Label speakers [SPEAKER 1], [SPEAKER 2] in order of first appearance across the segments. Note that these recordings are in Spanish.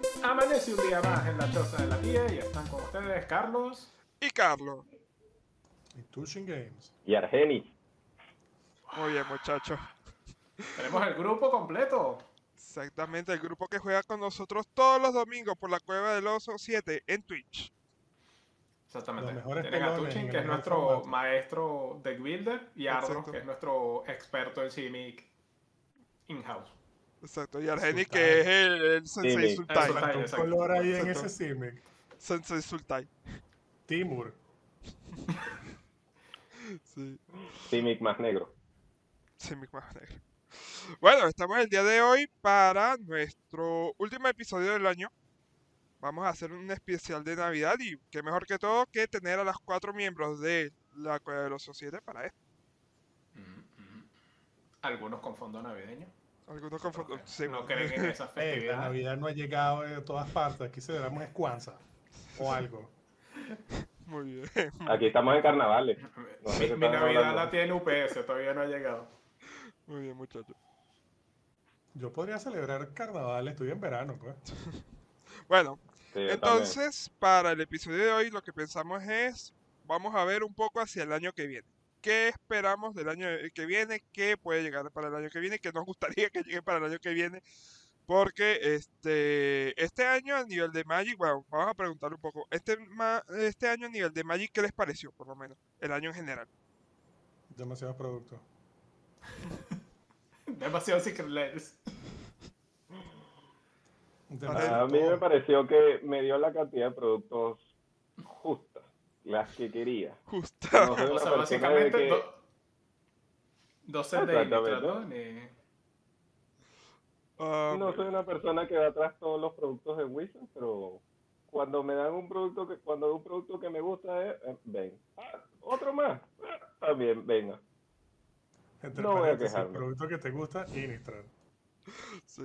[SPEAKER 1] ustedes y un día más en la choza de la tía y están con ustedes Carlos
[SPEAKER 2] y Carlos.
[SPEAKER 3] Y Tushing Games.
[SPEAKER 4] Y Argenis.
[SPEAKER 2] Muy bien, muchachos.
[SPEAKER 1] Tenemos el grupo completo.
[SPEAKER 2] Exactamente, el grupo que juega con nosotros todos los domingos por la Cueva del Oso 7 en Twitch.
[SPEAKER 1] Exactamente.
[SPEAKER 3] Los mejores
[SPEAKER 1] Tienen a
[SPEAKER 3] pelones,
[SPEAKER 1] Tuchin,
[SPEAKER 3] el
[SPEAKER 1] que es
[SPEAKER 3] mejor
[SPEAKER 1] nuestro
[SPEAKER 3] formato.
[SPEAKER 1] maestro de Guilder, y Arno,
[SPEAKER 2] Exacto.
[SPEAKER 1] que es nuestro experto en Simic in-house.
[SPEAKER 2] Exacto, y Argeni,
[SPEAKER 3] Sultai.
[SPEAKER 2] que es el, el Sensei
[SPEAKER 4] Sí,
[SPEAKER 2] Sultai.
[SPEAKER 1] Sultai.
[SPEAKER 3] Faltó un
[SPEAKER 1] exacto.
[SPEAKER 3] color ahí en
[SPEAKER 2] Exacto.
[SPEAKER 3] ese Simic.
[SPEAKER 2] Sensei Sultai.
[SPEAKER 3] Timur.
[SPEAKER 2] Sí,
[SPEAKER 4] Simic más negro.
[SPEAKER 2] sí, mi más negro. Bueno, estamos el día de hoy para nuestro último episodio del año. Vamos a hacer un especial de Navidad y que mejor que todo que tener a los cuatro miembros de la Cueva del Oso 7 para esto.
[SPEAKER 1] Mm-hmm. Algunos con fondo navideño.
[SPEAKER 2] Algunos con fotos. sí,
[SPEAKER 1] no creen en esas
[SPEAKER 3] Ey, Eh, la
[SPEAKER 1] festividades.
[SPEAKER 3] Navidad no ha llegado de todas partes. Aquí celebramos es Kwanzaa o algo.
[SPEAKER 2] Muy bien.
[SPEAKER 4] Aquí estamos en carnavales. No sé qué
[SPEAKER 1] mi
[SPEAKER 4] están
[SPEAKER 1] Navidad
[SPEAKER 4] hablando.
[SPEAKER 1] la tiene UPS, todavía no ha llegado.
[SPEAKER 2] Muy bien, muchachos.
[SPEAKER 3] Yo podría celebrar carnaval, estoy en verano, pues.
[SPEAKER 2] Bueno,
[SPEAKER 4] Sí, yo también.
[SPEAKER 2] entonces, para el episodio de hoy, lo que pensamos es, vamos a ver un poco hacia el año que viene. ¿Qué esperamos del año que viene? ¿Qué puede llegar para el año que viene? ¿Qué nos gustaría que llegue para el año que viene? Porque este, este año a nivel de Magic, bueno, vamos a preguntarle un poco. Este, ma- este año a nivel de Magic, ¿qué les pareció, por lo menos? El año en general.
[SPEAKER 3] Demasiados productos.
[SPEAKER 1] Demasiado Secret Layers.
[SPEAKER 3] Demasiado
[SPEAKER 4] Ah, A mí me
[SPEAKER 3] todo.
[SPEAKER 4] pareció que me dio la cantidad de productos justas, las que quería.
[SPEAKER 2] Justo.
[SPEAKER 4] No soy
[SPEAKER 1] O sea,
[SPEAKER 4] una persona de
[SPEAKER 1] básicamente,
[SPEAKER 4] que-
[SPEAKER 1] do- dos sets de
[SPEAKER 4] Exactamente.
[SPEAKER 1] Innistrad, ni-
[SPEAKER 2] Ah,
[SPEAKER 4] No soy una persona que va atrás todos los productos de Wilson, pero cuando me dan un producto que cuando un producto que me gusta es, eh, ven. Ah, otro más. Ah, también, venga.
[SPEAKER 3] Entre
[SPEAKER 4] No voy a
[SPEAKER 3] paréntesis, el
[SPEAKER 4] quejarme.
[SPEAKER 3] producto que te gusta, Innistrad.
[SPEAKER 2] Sí.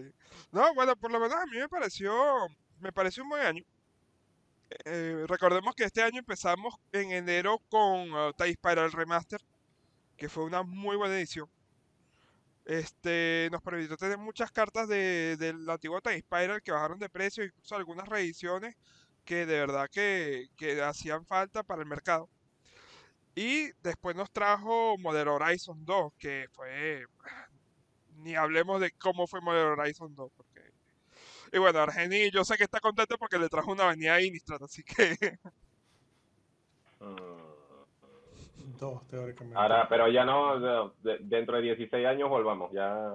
[SPEAKER 2] No, bueno, por lo menos a mí me pareció, me pareció un buen año. Eh, recordemos que este año empezamos en enero con uh, Tie Spiral Remaster, que fue una muy buena edición. Este, nos permitió tener muchas cartas de, del antiguo Time Spiral que bajaron de precio, incluso algunas reediciones que de verdad que, que hacían falta para el mercado. Y después nos trajo Modern Horizon 2, que fue ni hablemos de cómo fue Modern Horizon 2. Porque... Y bueno, Argeni, yo sé que está contento porque le trajo una avenida a Innistrad, así que
[SPEAKER 4] Mm.
[SPEAKER 3] Dos, teóricamente.
[SPEAKER 4] Ahora, pero ya no, o sea, de- dentro de 16 años volvamos, ya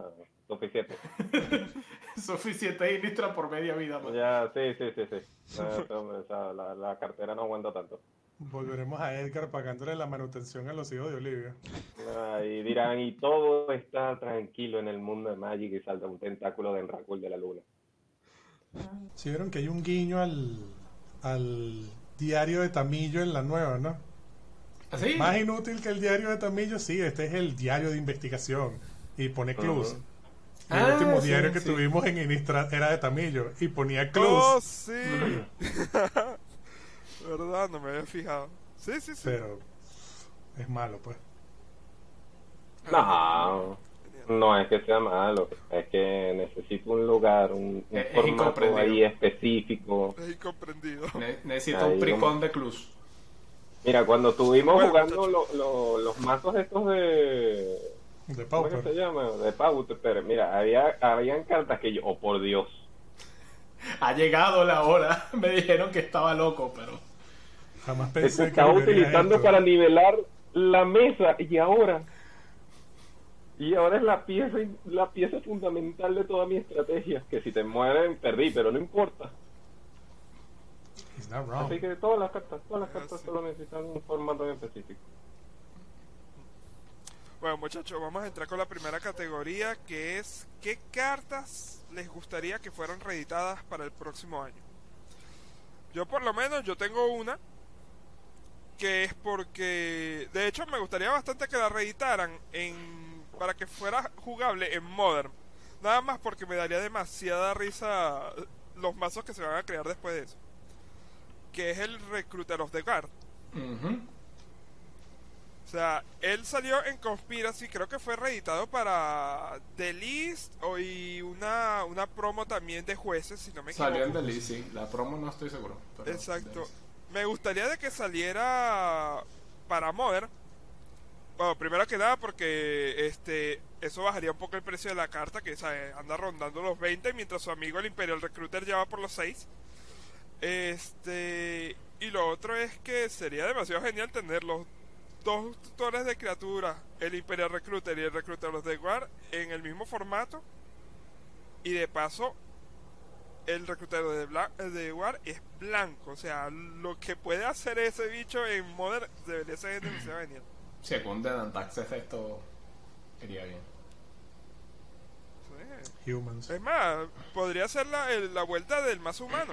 [SPEAKER 4] suficiente.
[SPEAKER 1] Suficiente Innistrad por media vida más.
[SPEAKER 4] Pues Ya, sí, sí, sí, sí. Ya, esto, o sea, la, la cartera no aguanta tanto.
[SPEAKER 3] Volveremos a Edgar pagándole la manutención a los hijos de Olivia.
[SPEAKER 4] Ah, y dirán, y todo está tranquilo en el mundo de Magic y salta un tentáculo de Enracul de la luna.
[SPEAKER 3] Si vieron que hay un guiño al, al diario de Tamillo en la nueva, ¿no?
[SPEAKER 1] ¿Así?
[SPEAKER 3] Más inútil que el diario de Tamillo, sí, este es el diario de investigación. Y pone clues.
[SPEAKER 4] Ujú.
[SPEAKER 3] El
[SPEAKER 1] Ah,
[SPEAKER 3] último
[SPEAKER 1] sí,
[SPEAKER 3] diario que
[SPEAKER 1] sí.
[SPEAKER 3] tuvimos en Innistrad era de Tamillo y ponía
[SPEAKER 2] ¡Oh,
[SPEAKER 3] clues.
[SPEAKER 2] sí! ¿Verdad? No me había fijado. Sí, sí, sí.
[SPEAKER 3] Pero es malo, pues.
[SPEAKER 4] No, no es que sea malo, es que necesito un lugar, un, un
[SPEAKER 1] Es- es
[SPEAKER 4] formato
[SPEAKER 1] incomprendido.
[SPEAKER 4] ahí específico.
[SPEAKER 2] Es incomprendido.
[SPEAKER 1] Ne- necesito
[SPEAKER 4] Ahí
[SPEAKER 1] un
[SPEAKER 4] como-
[SPEAKER 1] pricón de Clues.
[SPEAKER 4] Mira, cuando estuvimos
[SPEAKER 2] Bueno,
[SPEAKER 4] jugando lo- lo- los mazos estos de,
[SPEAKER 3] De
[SPEAKER 4] ¿Cómo que se
[SPEAKER 3] Pauper.
[SPEAKER 4] llama? De Pauter, pero mira, había, habían cartas que yo, oh por Dios,
[SPEAKER 1] Ha llegado la hora. Me dijeron que estaba loco, pero.
[SPEAKER 3] Jamás
[SPEAKER 4] se
[SPEAKER 3] pensé que
[SPEAKER 4] estaba
[SPEAKER 3] volvería a
[SPEAKER 4] utilizando
[SPEAKER 3] esto.
[SPEAKER 4] para nivelar la mesa y ahora, y ahora es la pieza, la pieza fundamental de toda mi estrategia, que si te mueren perdí, pero no importa.
[SPEAKER 3] He's not wrong.
[SPEAKER 4] Así que todas las cartas, todas las
[SPEAKER 2] Ah,
[SPEAKER 4] cartas
[SPEAKER 2] sí.
[SPEAKER 4] solo necesitan un formato en específico.
[SPEAKER 2] Bueno, muchachos, vamos a entrar con la primera categoría, que es ¿qué cartas les gustaría que fueran reeditadas para el próximo año? Yo por lo menos, yo tengo una, que es porque, de hecho, me gustaría bastante que la reeditaran en, para que fuera jugable en Modern. Nada más porque me daría demasiada risa los mazos que se van a crear después de eso. Que es el Recruiter of the Guard.
[SPEAKER 1] Ujú.
[SPEAKER 2] sea, él salió en Conspiracy, creo que fue reeditado para The List o y una, una promo también de jueces, si no me equivoco.
[SPEAKER 1] Salió en The List, sí. La promo no estoy seguro. pero The
[SPEAKER 2] Exacto.
[SPEAKER 1] List.
[SPEAKER 2] Me gustaría de que saliera para Modern. Bueno, primero que nada porque este eso bajaría un poco el precio de la carta, que ¿sabes? anda rondando los 20, mientras su amigo el Imperial Recruiter ya va por los 6. Este, y lo otro es que sería demasiado genial tener los dos tutores de criatura, el Imperial Recruiter y el Recruiter of the Guard, en el mismo formato. Y de paso, el reclutador de, bla- de War es blanco. O sea, lo que puede hacer ese bicho en Modern debería ser demasiado genial.
[SPEAKER 1] Según The Antaxes esto sería bien.
[SPEAKER 2] Sí.
[SPEAKER 3] Humans.
[SPEAKER 2] Es más, podría ser la, el- la vuelta del más humano.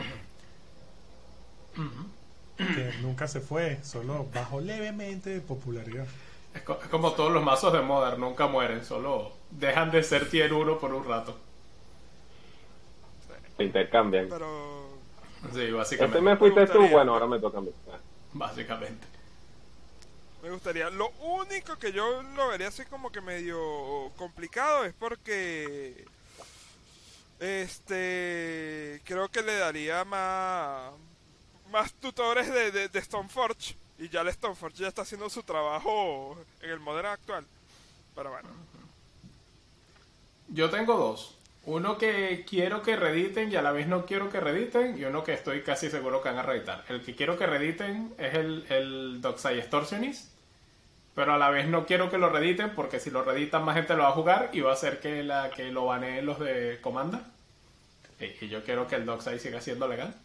[SPEAKER 3] Que nunca se fue, solo bajó levemente de popularidad.
[SPEAKER 1] Es, co- es como todos los mazos de Modern, nunca mueren, solo dejan de ser tier 1 por un rato.
[SPEAKER 4] Se intercambian.
[SPEAKER 2] Pero.
[SPEAKER 1] Sí,
[SPEAKER 4] Este
[SPEAKER 1] básicamente.
[SPEAKER 4] mes fuiste tú,
[SPEAKER 2] gustaría.
[SPEAKER 4] bueno, ahora me toca a mí. Ah,
[SPEAKER 1] Básicamente.
[SPEAKER 2] Me gustaría. Lo único que yo lo vería así como que medio complicado es porque. Este. Creo que le daría más. Más tutores de, de, de Stoneforge. Y ya el Stoneforge ya está haciendo su trabajo en el modelo actual. Pero bueno.
[SPEAKER 1] Yo tengo dos. Uno que quiero que rediten y a la vez no quiero que rediten, y uno que estoy casi seguro que van a reeditar. El que quiero que rediten es el, el Doxai Extortionist, pero a la vez no quiero que lo rediten porque si lo reditan más gente lo va a jugar y va a ser que, la, que lo baneen los de Comanda. Y, y yo quiero que el Doxai siga siendo legal.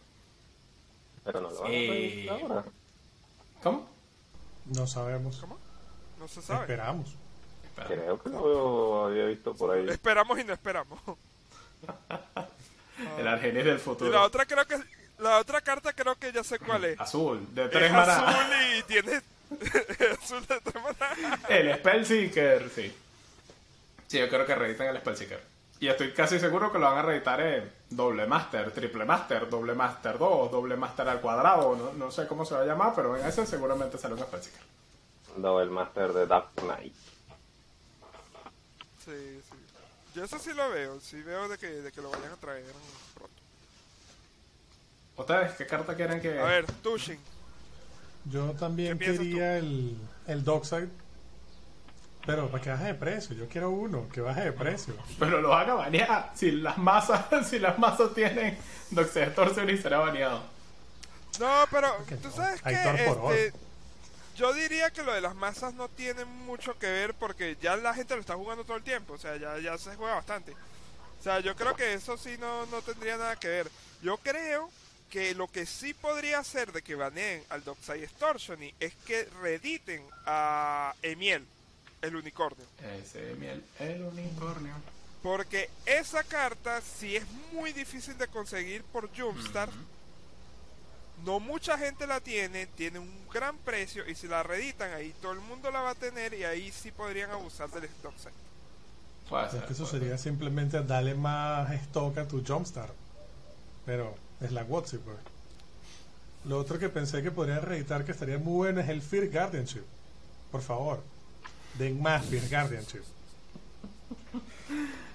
[SPEAKER 4] Pero no lo van a
[SPEAKER 1] Sí.
[SPEAKER 4] pedir ahora.
[SPEAKER 3] Ah.
[SPEAKER 1] ¿Cómo?
[SPEAKER 3] No sabemos.
[SPEAKER 2] ¿Cómo? No se sabe.
[SPEAKER 3] Esperamos.
[SPEAKER 1] Espera.
[SPEAKER 4] Creo que lo había visto por ahí.
[SPEAKER 2] Esperamos y no esperamos.
[SPEAKER 1] El Argenis del
[SPEAKER 2] Y la
[SPEAKER 1] futuro.
[SPEAKER 2] otra creo que. La otra carta creo que ya sé cuál es.
[SPEAKER 1] Azul, de tres
[SPEAKER 2] Es
[SPEAKER 1] maná.
[SPEAKER 2] azul y tiene. azul de tres maná.
[SPEAKER 1] El Spellseeker, sí. Sí, yo creo que reediten el Spellseeker. Y estoy casi seguro que lo van a reeditar en doble master, triple master, doble master 2, doble master al cuadrado, no, no sé cómo se va a llamar, pero en ese seguramente sale un Spellseeker.
[SPEAKER 4] No, el máster de Dark Knight.
[SPEAKER 2] Sí, sí. Yo eso sí lo veo, sí veo de que, de que lo vayan a traer pronto.
[SPEAKER 1] ¿Ustedes qué carta quieren que...?
[SPEAKER 2] A ver, Tushin.
[SPEAKER 3] Yo también
[SPEAKER 2] ¿Qué piensas
[SPEAKER 3] quería el, el Dockside, pero para que baje de precio. Yo quiero uno que baje de precio.
[SPEAKER 1] Pero lo van a banear. Si las masas, si las masas tienen Doxia y será baneado.
[SPEAKER 2] No, pero
[SPEAKER 3] que
[SPEAKER 2] tú
[SPEAKER 3] no.
[SPEAKER 2] sabes que
[SPEAKER 3] Hay Thor por
[SPEAKER 2] este, yo diría que lo de las masas no tiene mucho que ver porque ya la gente lo está jugando todo el tiempo, o sea, ya, ya se juega bastante. O sea, yo creo que eso sí no, no tendría nada que ver. Yo creo que lo que sí podría hacer de que baneen al Doxai Extortiony es que reediten a Emiel, el unicornio.
[SPEAKER 1] Ese miel, el unicornio.
[SPEAKER 2] Porque esa carta sí es muy difícil de conseguir por Jumpstart. No mucha gente la tiene, tiene un gran precio y si la reeditan ahí todo el mundo la va a tener y ahí sí podrían abusar del stock set.
[SPEAKER 1] Puede
[SPEAKER 3] O sea,
[SPEAKER 1] ser,
[SPEAKER 3] es que eso
[SPEAKER 1] puede ser.
[SPEAKER 3] sería simplemente darle más stock a tu Jumpstart. Pero es la WotC, pues. Lo otro que pensé que podrían reeditar que estaría muy bueno es el Fear Guardianship. Por favor, den más Fear Guardianship.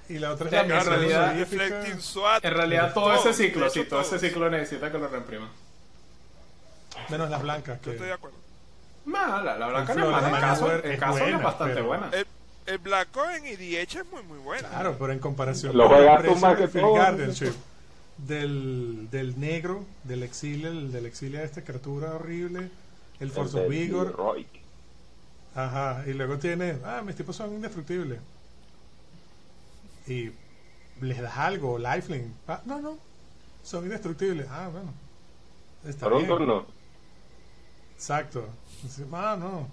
[SPEAKER 3] Y la otra es
[SPEAKER 1] Ya,
[SPEAKER 3] la
[SPEAKER 1] que en
[SPEAKER 3] misión
[SPEAKER 1] realidad
[SPEAKER 3] honorífica.
[SPEAKER 2] Reflecting SWAT.
[SPEAKER 1] En realidad todo,
[SPEAKER 2] Todo,
[SPEAKER 1] ese ciclo,
[SPEAKER 2] de
[SPEAKER 1] sí,
[SPEAKER 2] hecho,
[SPEAKER 1] todo ese
[SPEAKER 2] todo.
[SPEAKER 1] ciclo necesita que lo reimpriman.
[SPEAKER 3] Menos las blancas.
[SPEAKER 2] Yo
[SPEAKER 3] Que,
[SPEAKER 2] estoy de acuerdo.
[SPEAKER 1] No, la, la blanca no
[SPEAKER 3] Flores
[SPEAKER 1] es mala.
[SPEAKER 3] de
[SPEAKER 1] En caso,
[SPEAKER 3] Manowar
[SPEAKER 1] en
[SPEAKER 3] es
[SPEAKER 1] caso
[SPEAKER 3] buena,
[SPEAKER 1] es bastante
[SPEAKER 3] pero-
[SPEAKER 1] buena.
[SPEAKER 2] El, el blanco en IDH es muy muy bueno.
[SPEAKER 3] Claro, pero en comparación
[SPEAKER 4] Lo
[SPEAKER 3] con el
[SPEAKER 4] juegas tú
[SPEAKER 3] precio
[SPEAKER 4] más
[SPEAKER 3] del
[SPEAKER 4] que
[SPEAKER 3] Fear
[SPEAKER 4] todo.
[SPEAKER 3] Guardianship, del, del negro, del exilio, el- del exilio de esta criatura horrible, el Force of
[SPEAKER 4] del
[SPEAKER 3] Vigor,
[SPEAKER 4] Heroic.
[SPEAKER 3] Ajá, y luego tiene, ah, mis tipos son indestructibles. Y les das algo, lifelink. Ah, no, no, son indestructibles. Ah, bueno. Está
[SPEAKER 4] Por un
[SPEAKER 3] bien.
[SPEAKER 4] turno.
[SPEAKER 3] Exacto. Dice, Ah, no.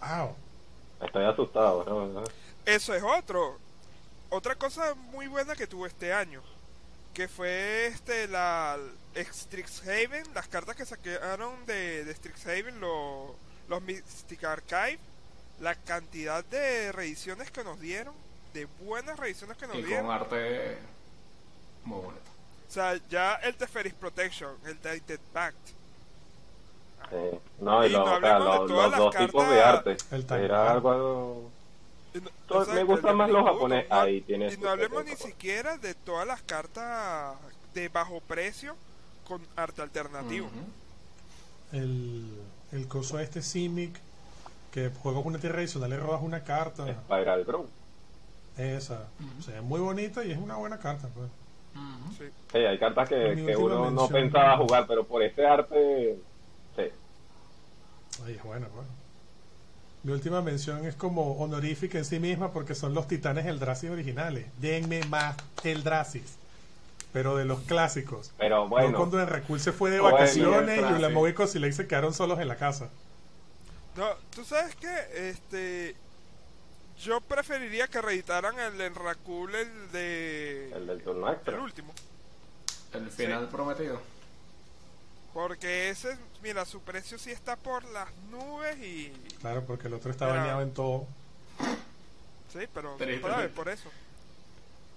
[SPEAKER 3] Au.
[SPEAKER 4] Estoy asustado, ¿no?
[SPEAKER 2] Eso es otro. Otra cosa muy buena que tuvo este año. Que fue este la Strixhaven, las cartas que sacaron de, de Strixhaven, lo- los Mystic Archive, la cantidad de reediciones que nos dieron, de buenas reediciones que nos
[SPEAKER 1] Y
[SPEAKER 2] dieron.
[SPEAKER 1] con arte muy bonito.
[SPEAKER 2] O sea, ya el Teferis Protection, el Tainted Pact.
[SPEAKER 4] Sí. No, y,
[SPEAKER 2] Y
[SPEAKER 4] los,
[SPEAKER 2] no
[SPEAKER 4] o sea,
[SPEAKER 2] hablemos de
[SPEAKER 4] los,
[SPEAKER 2] todas
[SPEAKER 4] los
[SPEAKER 2] las
[SPEAKER 4] dos
[SPEAKER 2] cartas-
[SPEAKER 4] tipos de arte.
[SPEAKER 3] El time.
[SPEAKER 4] Era algo...
[SPEAKER 2] Y no-
[SPEAKER 4] Todo-
[SPEAKER 2] exacto,
[SPEAKER 4] me gustan
[SPEAKER 2] y
[SPEAKER 4] más los
[SPEAKER 2] no-
[SPEAKER 4] japoneses.
[SPEAKER 2] no-
[SPEAKER 4] Ahí tienes
[SPEAKER 2] Y
[SPEAKER 4] tu
[SPEAKER 2] no hablemos
[SPEAKER 4] secreto,
[SPEAKER 2] ni
[SPEAKER 4] pues.
[SPEAKER 2] siquiera de todas las cartas de bajo precio con arte alternativo.
[SPEAKER 3] El, el coso este Simic, que juegas una tierra adicional, le robas una carta.
[SPEAKER 4] Spiral Grow.
[SPEAKER 3] Esa. O sea, es muy bonita y es una buena carta. Pues.
[SPEAKER 1] Ujú.
[SPEAKER 2] Sí.
[SPEAKER 4] Sí, hay cartas que,
[SPEAKER 3] Mi
[SPEAKER 4] que
[SPEAKER 3] última
[SPEAKER 4] uno no
[SPEAKER 3] mención.
[SPEAKER 4] pensaba jugar, pero por este arte... Sí.
[SPEAKER 3] Ay, es buena, pues. Mi última mención es como honorífica en sí misma porque son los titanes Eldrasis originales. Denme más Eldrasis. Pero de los clásicos.
[SPEAKER 4] Pero
[SPEAKER 3] no
[SPEAKER 4] bueno,
[SPEAKER 3] cuando Enracul se fue de
[SPEAKER 4] Bueno,
[SPEAKER 3] vacaciones
[SPEAKER 1] Eldrazi.
[SPEAKER 3] y Ulamovic y Cosilei se quedaron solos en la casa.
[SPEAKER 2] No, tú sabes que este yo preferiría que reeditaran el Enracul el de
[SPEAKER 4] el del turno
[SPEAKER 2] el
[SPEAKER 4] extra.
[SPEAKER 2] último,
[SPEAKER 1] El final prometido.
[SPEAKER 2] porque ese mira su precio sí está por las nubes y
[SPEAKER 3] Claro, porque el otro está
[SPEAKER 2] Era-
[SPEAKER 3] bañado en todo.
[SPEAKER 2] sí, pero
[SPEAKER 1] Triste.
[SPEAKER 2] ¿sabes? por eso.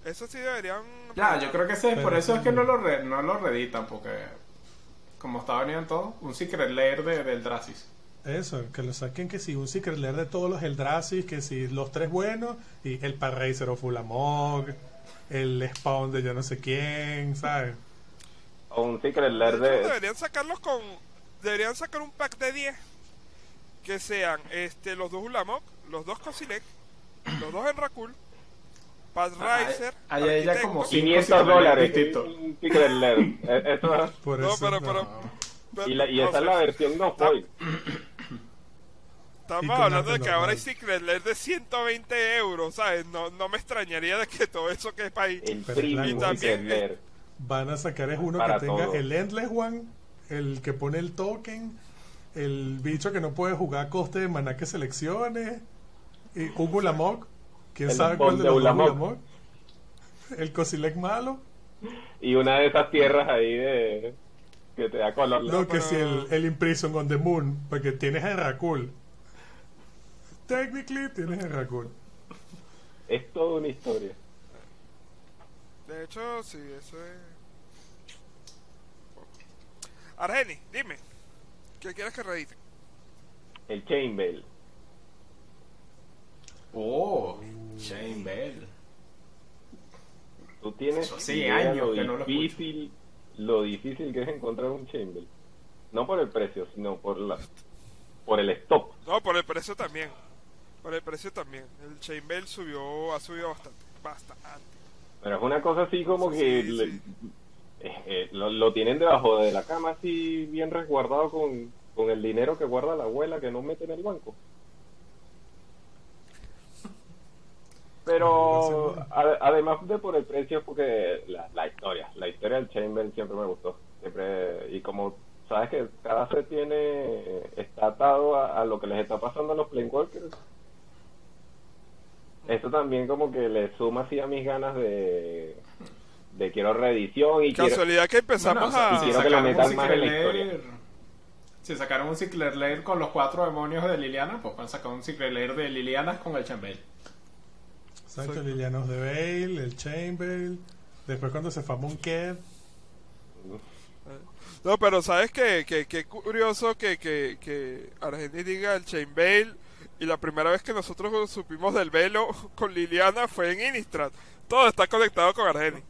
[SPEAKER 2] Eso sí deberían
[SPEAKER 1] Ya, yo creo que ese,
[SPEAKER 3] Pero
[SPEAKER 1] por eso es
[SPEAKER 3] sí.
[SPEAKER 1] que no lo, re- no lo reeditan, porque como está venido en todo, un secret layer de, del Dracis.
[SPEAKER 3] Eso, que lo saquen que si un Secret Lair de todos los Eldrasis, que si los tres buenos, y el Parracer o Fulamog, el Spawn de yo no sé quién, ¿sabes?
[SPEAKER 4] O un Secret
[SPEAKER 2] De
[SPEAKER 4] Lair
[SPEAKER 2] hecho,
[SPEAKER 4] de...
[SPEAKER 2] deberían sacarlos con. Deberían sacar un pack de 10. Que sean este, los dos Ulamok, los dos Cosilec, los dos Enracul, Pathriser.
[SPEAKER 1] Ah, Ahí hay ya como cinco
[SPEAKER 2] Arquitecto.
[SPEAKER 4] 500
[SPEAKER 1] Secret Lair
[SPEAKER 4] dólares.
[SPEAKER 1] distintos.
[SPEAKER 4] Un Secret Lair. Eh, Eso es...
[SPEAKER 3] Por
[SPEAKER 2] No,
[SPEAKER 3] eso,
[SPEAKER 2] pero, pero,
[SPEAKER 4] Y, la- y esa es la versión no foil.
[SPEAKER 3] Y
[SPEAKER 2] Estamos
[SPEAKER 3] con
[SPEAKER 2] hablando de
[SPEAKER 3] arte
[SPEAKER 2] que ahora hay
[SPEAKER 3] normal.
[SPEAKER 2] Secret Lair de 120 euros, ¿sabes? No, no me extrañaría de que todo eso que es para ahí.
[SPEAKER 4] El
[SPEAKER 3] Pero es
[SPEAKER 4] premium
[SPEAKER 2] largo.
[SPEAKER 4] Secret Lair.
[SPEAKER 3] van a sacar es uno
[SPEAKER 4] Para
[SPEAKER 3] que tenga
[SPEAKER 4] todo.
[SPEAKER 3] el Endless One, el que pone el token, el bicho que no puede jugar a coste de maná que seleccione, y un Gulamog, quién
[SPEAKER 4] El
[SPEAKER 3] sabe cuál de
[SPEAKER 4] Bond de
[SPEAKER 3] los
[SPEAKER 4] Ulamog.
[SPEAKER 3] Gulamog, el Cosilec malo,
[SPEAKER 4] Y una de esas tierras ahí de... Que te da color.
[SPEAKER 3] no, que
[SPEAKER 2] pero-
[SPEAKER 3] si el, el Imprison on the Moon, porque tienes a Rakul. Technically tienes a Rakul.
[SPEAKER 4] Es toda una historia.
[SPEAKER 2] De hecho, sí, eso es. Argeni, dime. ¿Qué quieres que reediten?
[SPEAKER 4] El Chain Bell.
[SPEAKER 1] Oh, Shane Bell.
[SPEAKER 4] Tú tienes
[SPEAKER 1] Eso hace
[SPEAKER 4] idea
[SPEAKER 1] años
[SPEAKER 4] lo
[SPEAKER 1] que no lo
[SPEAKER 4] difícil, lo difícil que es encontrar un chamber. No por el precio, sino por la por el stop.
[SPEAKER 2] No, por el precio también. Por el precio también. El Chain Bell subió, ha subido bastante. Bastante.
[SPEAKER 4] Pero es una cosa así como
[SPEAKER 2] Sí,
[SPEAKER 4] que
[SPEAKER 2] sí.
[SPEAKER 4] le- eh, eh, lo, lo tienen debajo de la cama así bien resguardado con, con el dinero que guarda la abuela que no mete en el banco. Pero
[SPEAKER 3] Gracias,
[SPEAKER 4] a- además de por el precio es porque la, la historia, la historia del Chamber siempre me gustó. Siempre, y como sabes que cada set tiene, eh, está atado a, a lo que les está pasando a los Planewalkers, eso también como que le suma así a mis ganas de, de quiero reedición y quiero...
[SPEAKER 2] Casualidad que empezamos
[SPEAKER 1] Bueno, o sea,
[SPEAKER 2] a.
[SPEAKER 1] si
[SPEAKER 4] Quiero que lo
[SPEAKER 1] sacaron un
[SPEAKER 4] metan más en la
[SPEAKER 1] Secret
[SPEAKER 4] historia.
[SPEAKER 1] Lair- Si sacaron un Secret Lair con los cuatro demonios de Liliana, pues van a sacar un Secret Lair de Liliana con el Chain Bell.
[SPEAKER 3] Exacto, Lilianos de Bale, el Chamber, después cuando se famó un Ked,
[SPEAKER 2] No, pero sabes que, que, que curioso que, que, que Argeni diga el Chain Bell. Y la primera vez que nosotros supimos del velo con Liliana fue en Innistrad. Todo está conectado con Argeni.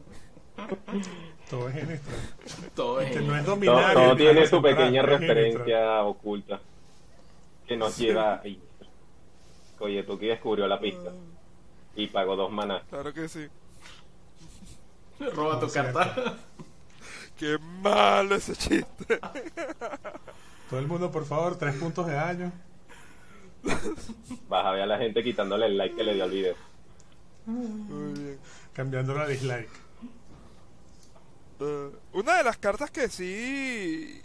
[SPEAKER 3] todo es en esto.
[SPEAKER 1] Todo es.
[SPEAKER 3] Que no es
[SPEAKER 4] Todo,
[SPEAKER 3] dominar.
[SPEAKER 4] todo
[SPEAKER 3] es
[SPEAKER 4] tiene su
[SPEAKER 3] central,
[SPEAKER 4] pequeña
[SPEAKER 3] es neutral.
[SPEAKER 4] referencia oculta que nos lleva a Innistrad. Oye, tú que descubrió la pista y pagó dos manas.
[SPEAKER 2] Claro que sí.
[SPEAKER 1] Roba tu carta.
[SPEAKER 2] Qué malo ese chiste.
[SPEAKER 3] Todo el mundo, por favor, tres puntos de daño.
[SPEAKER 4] Vas a ver a la gente quitándole el like que le dio al video.
[SPEAKER 2] Muy bien.
[SPEAKER 3] Cambiándolo a dislike.
[SPEAKER 2] Eh, una de las cartas que sí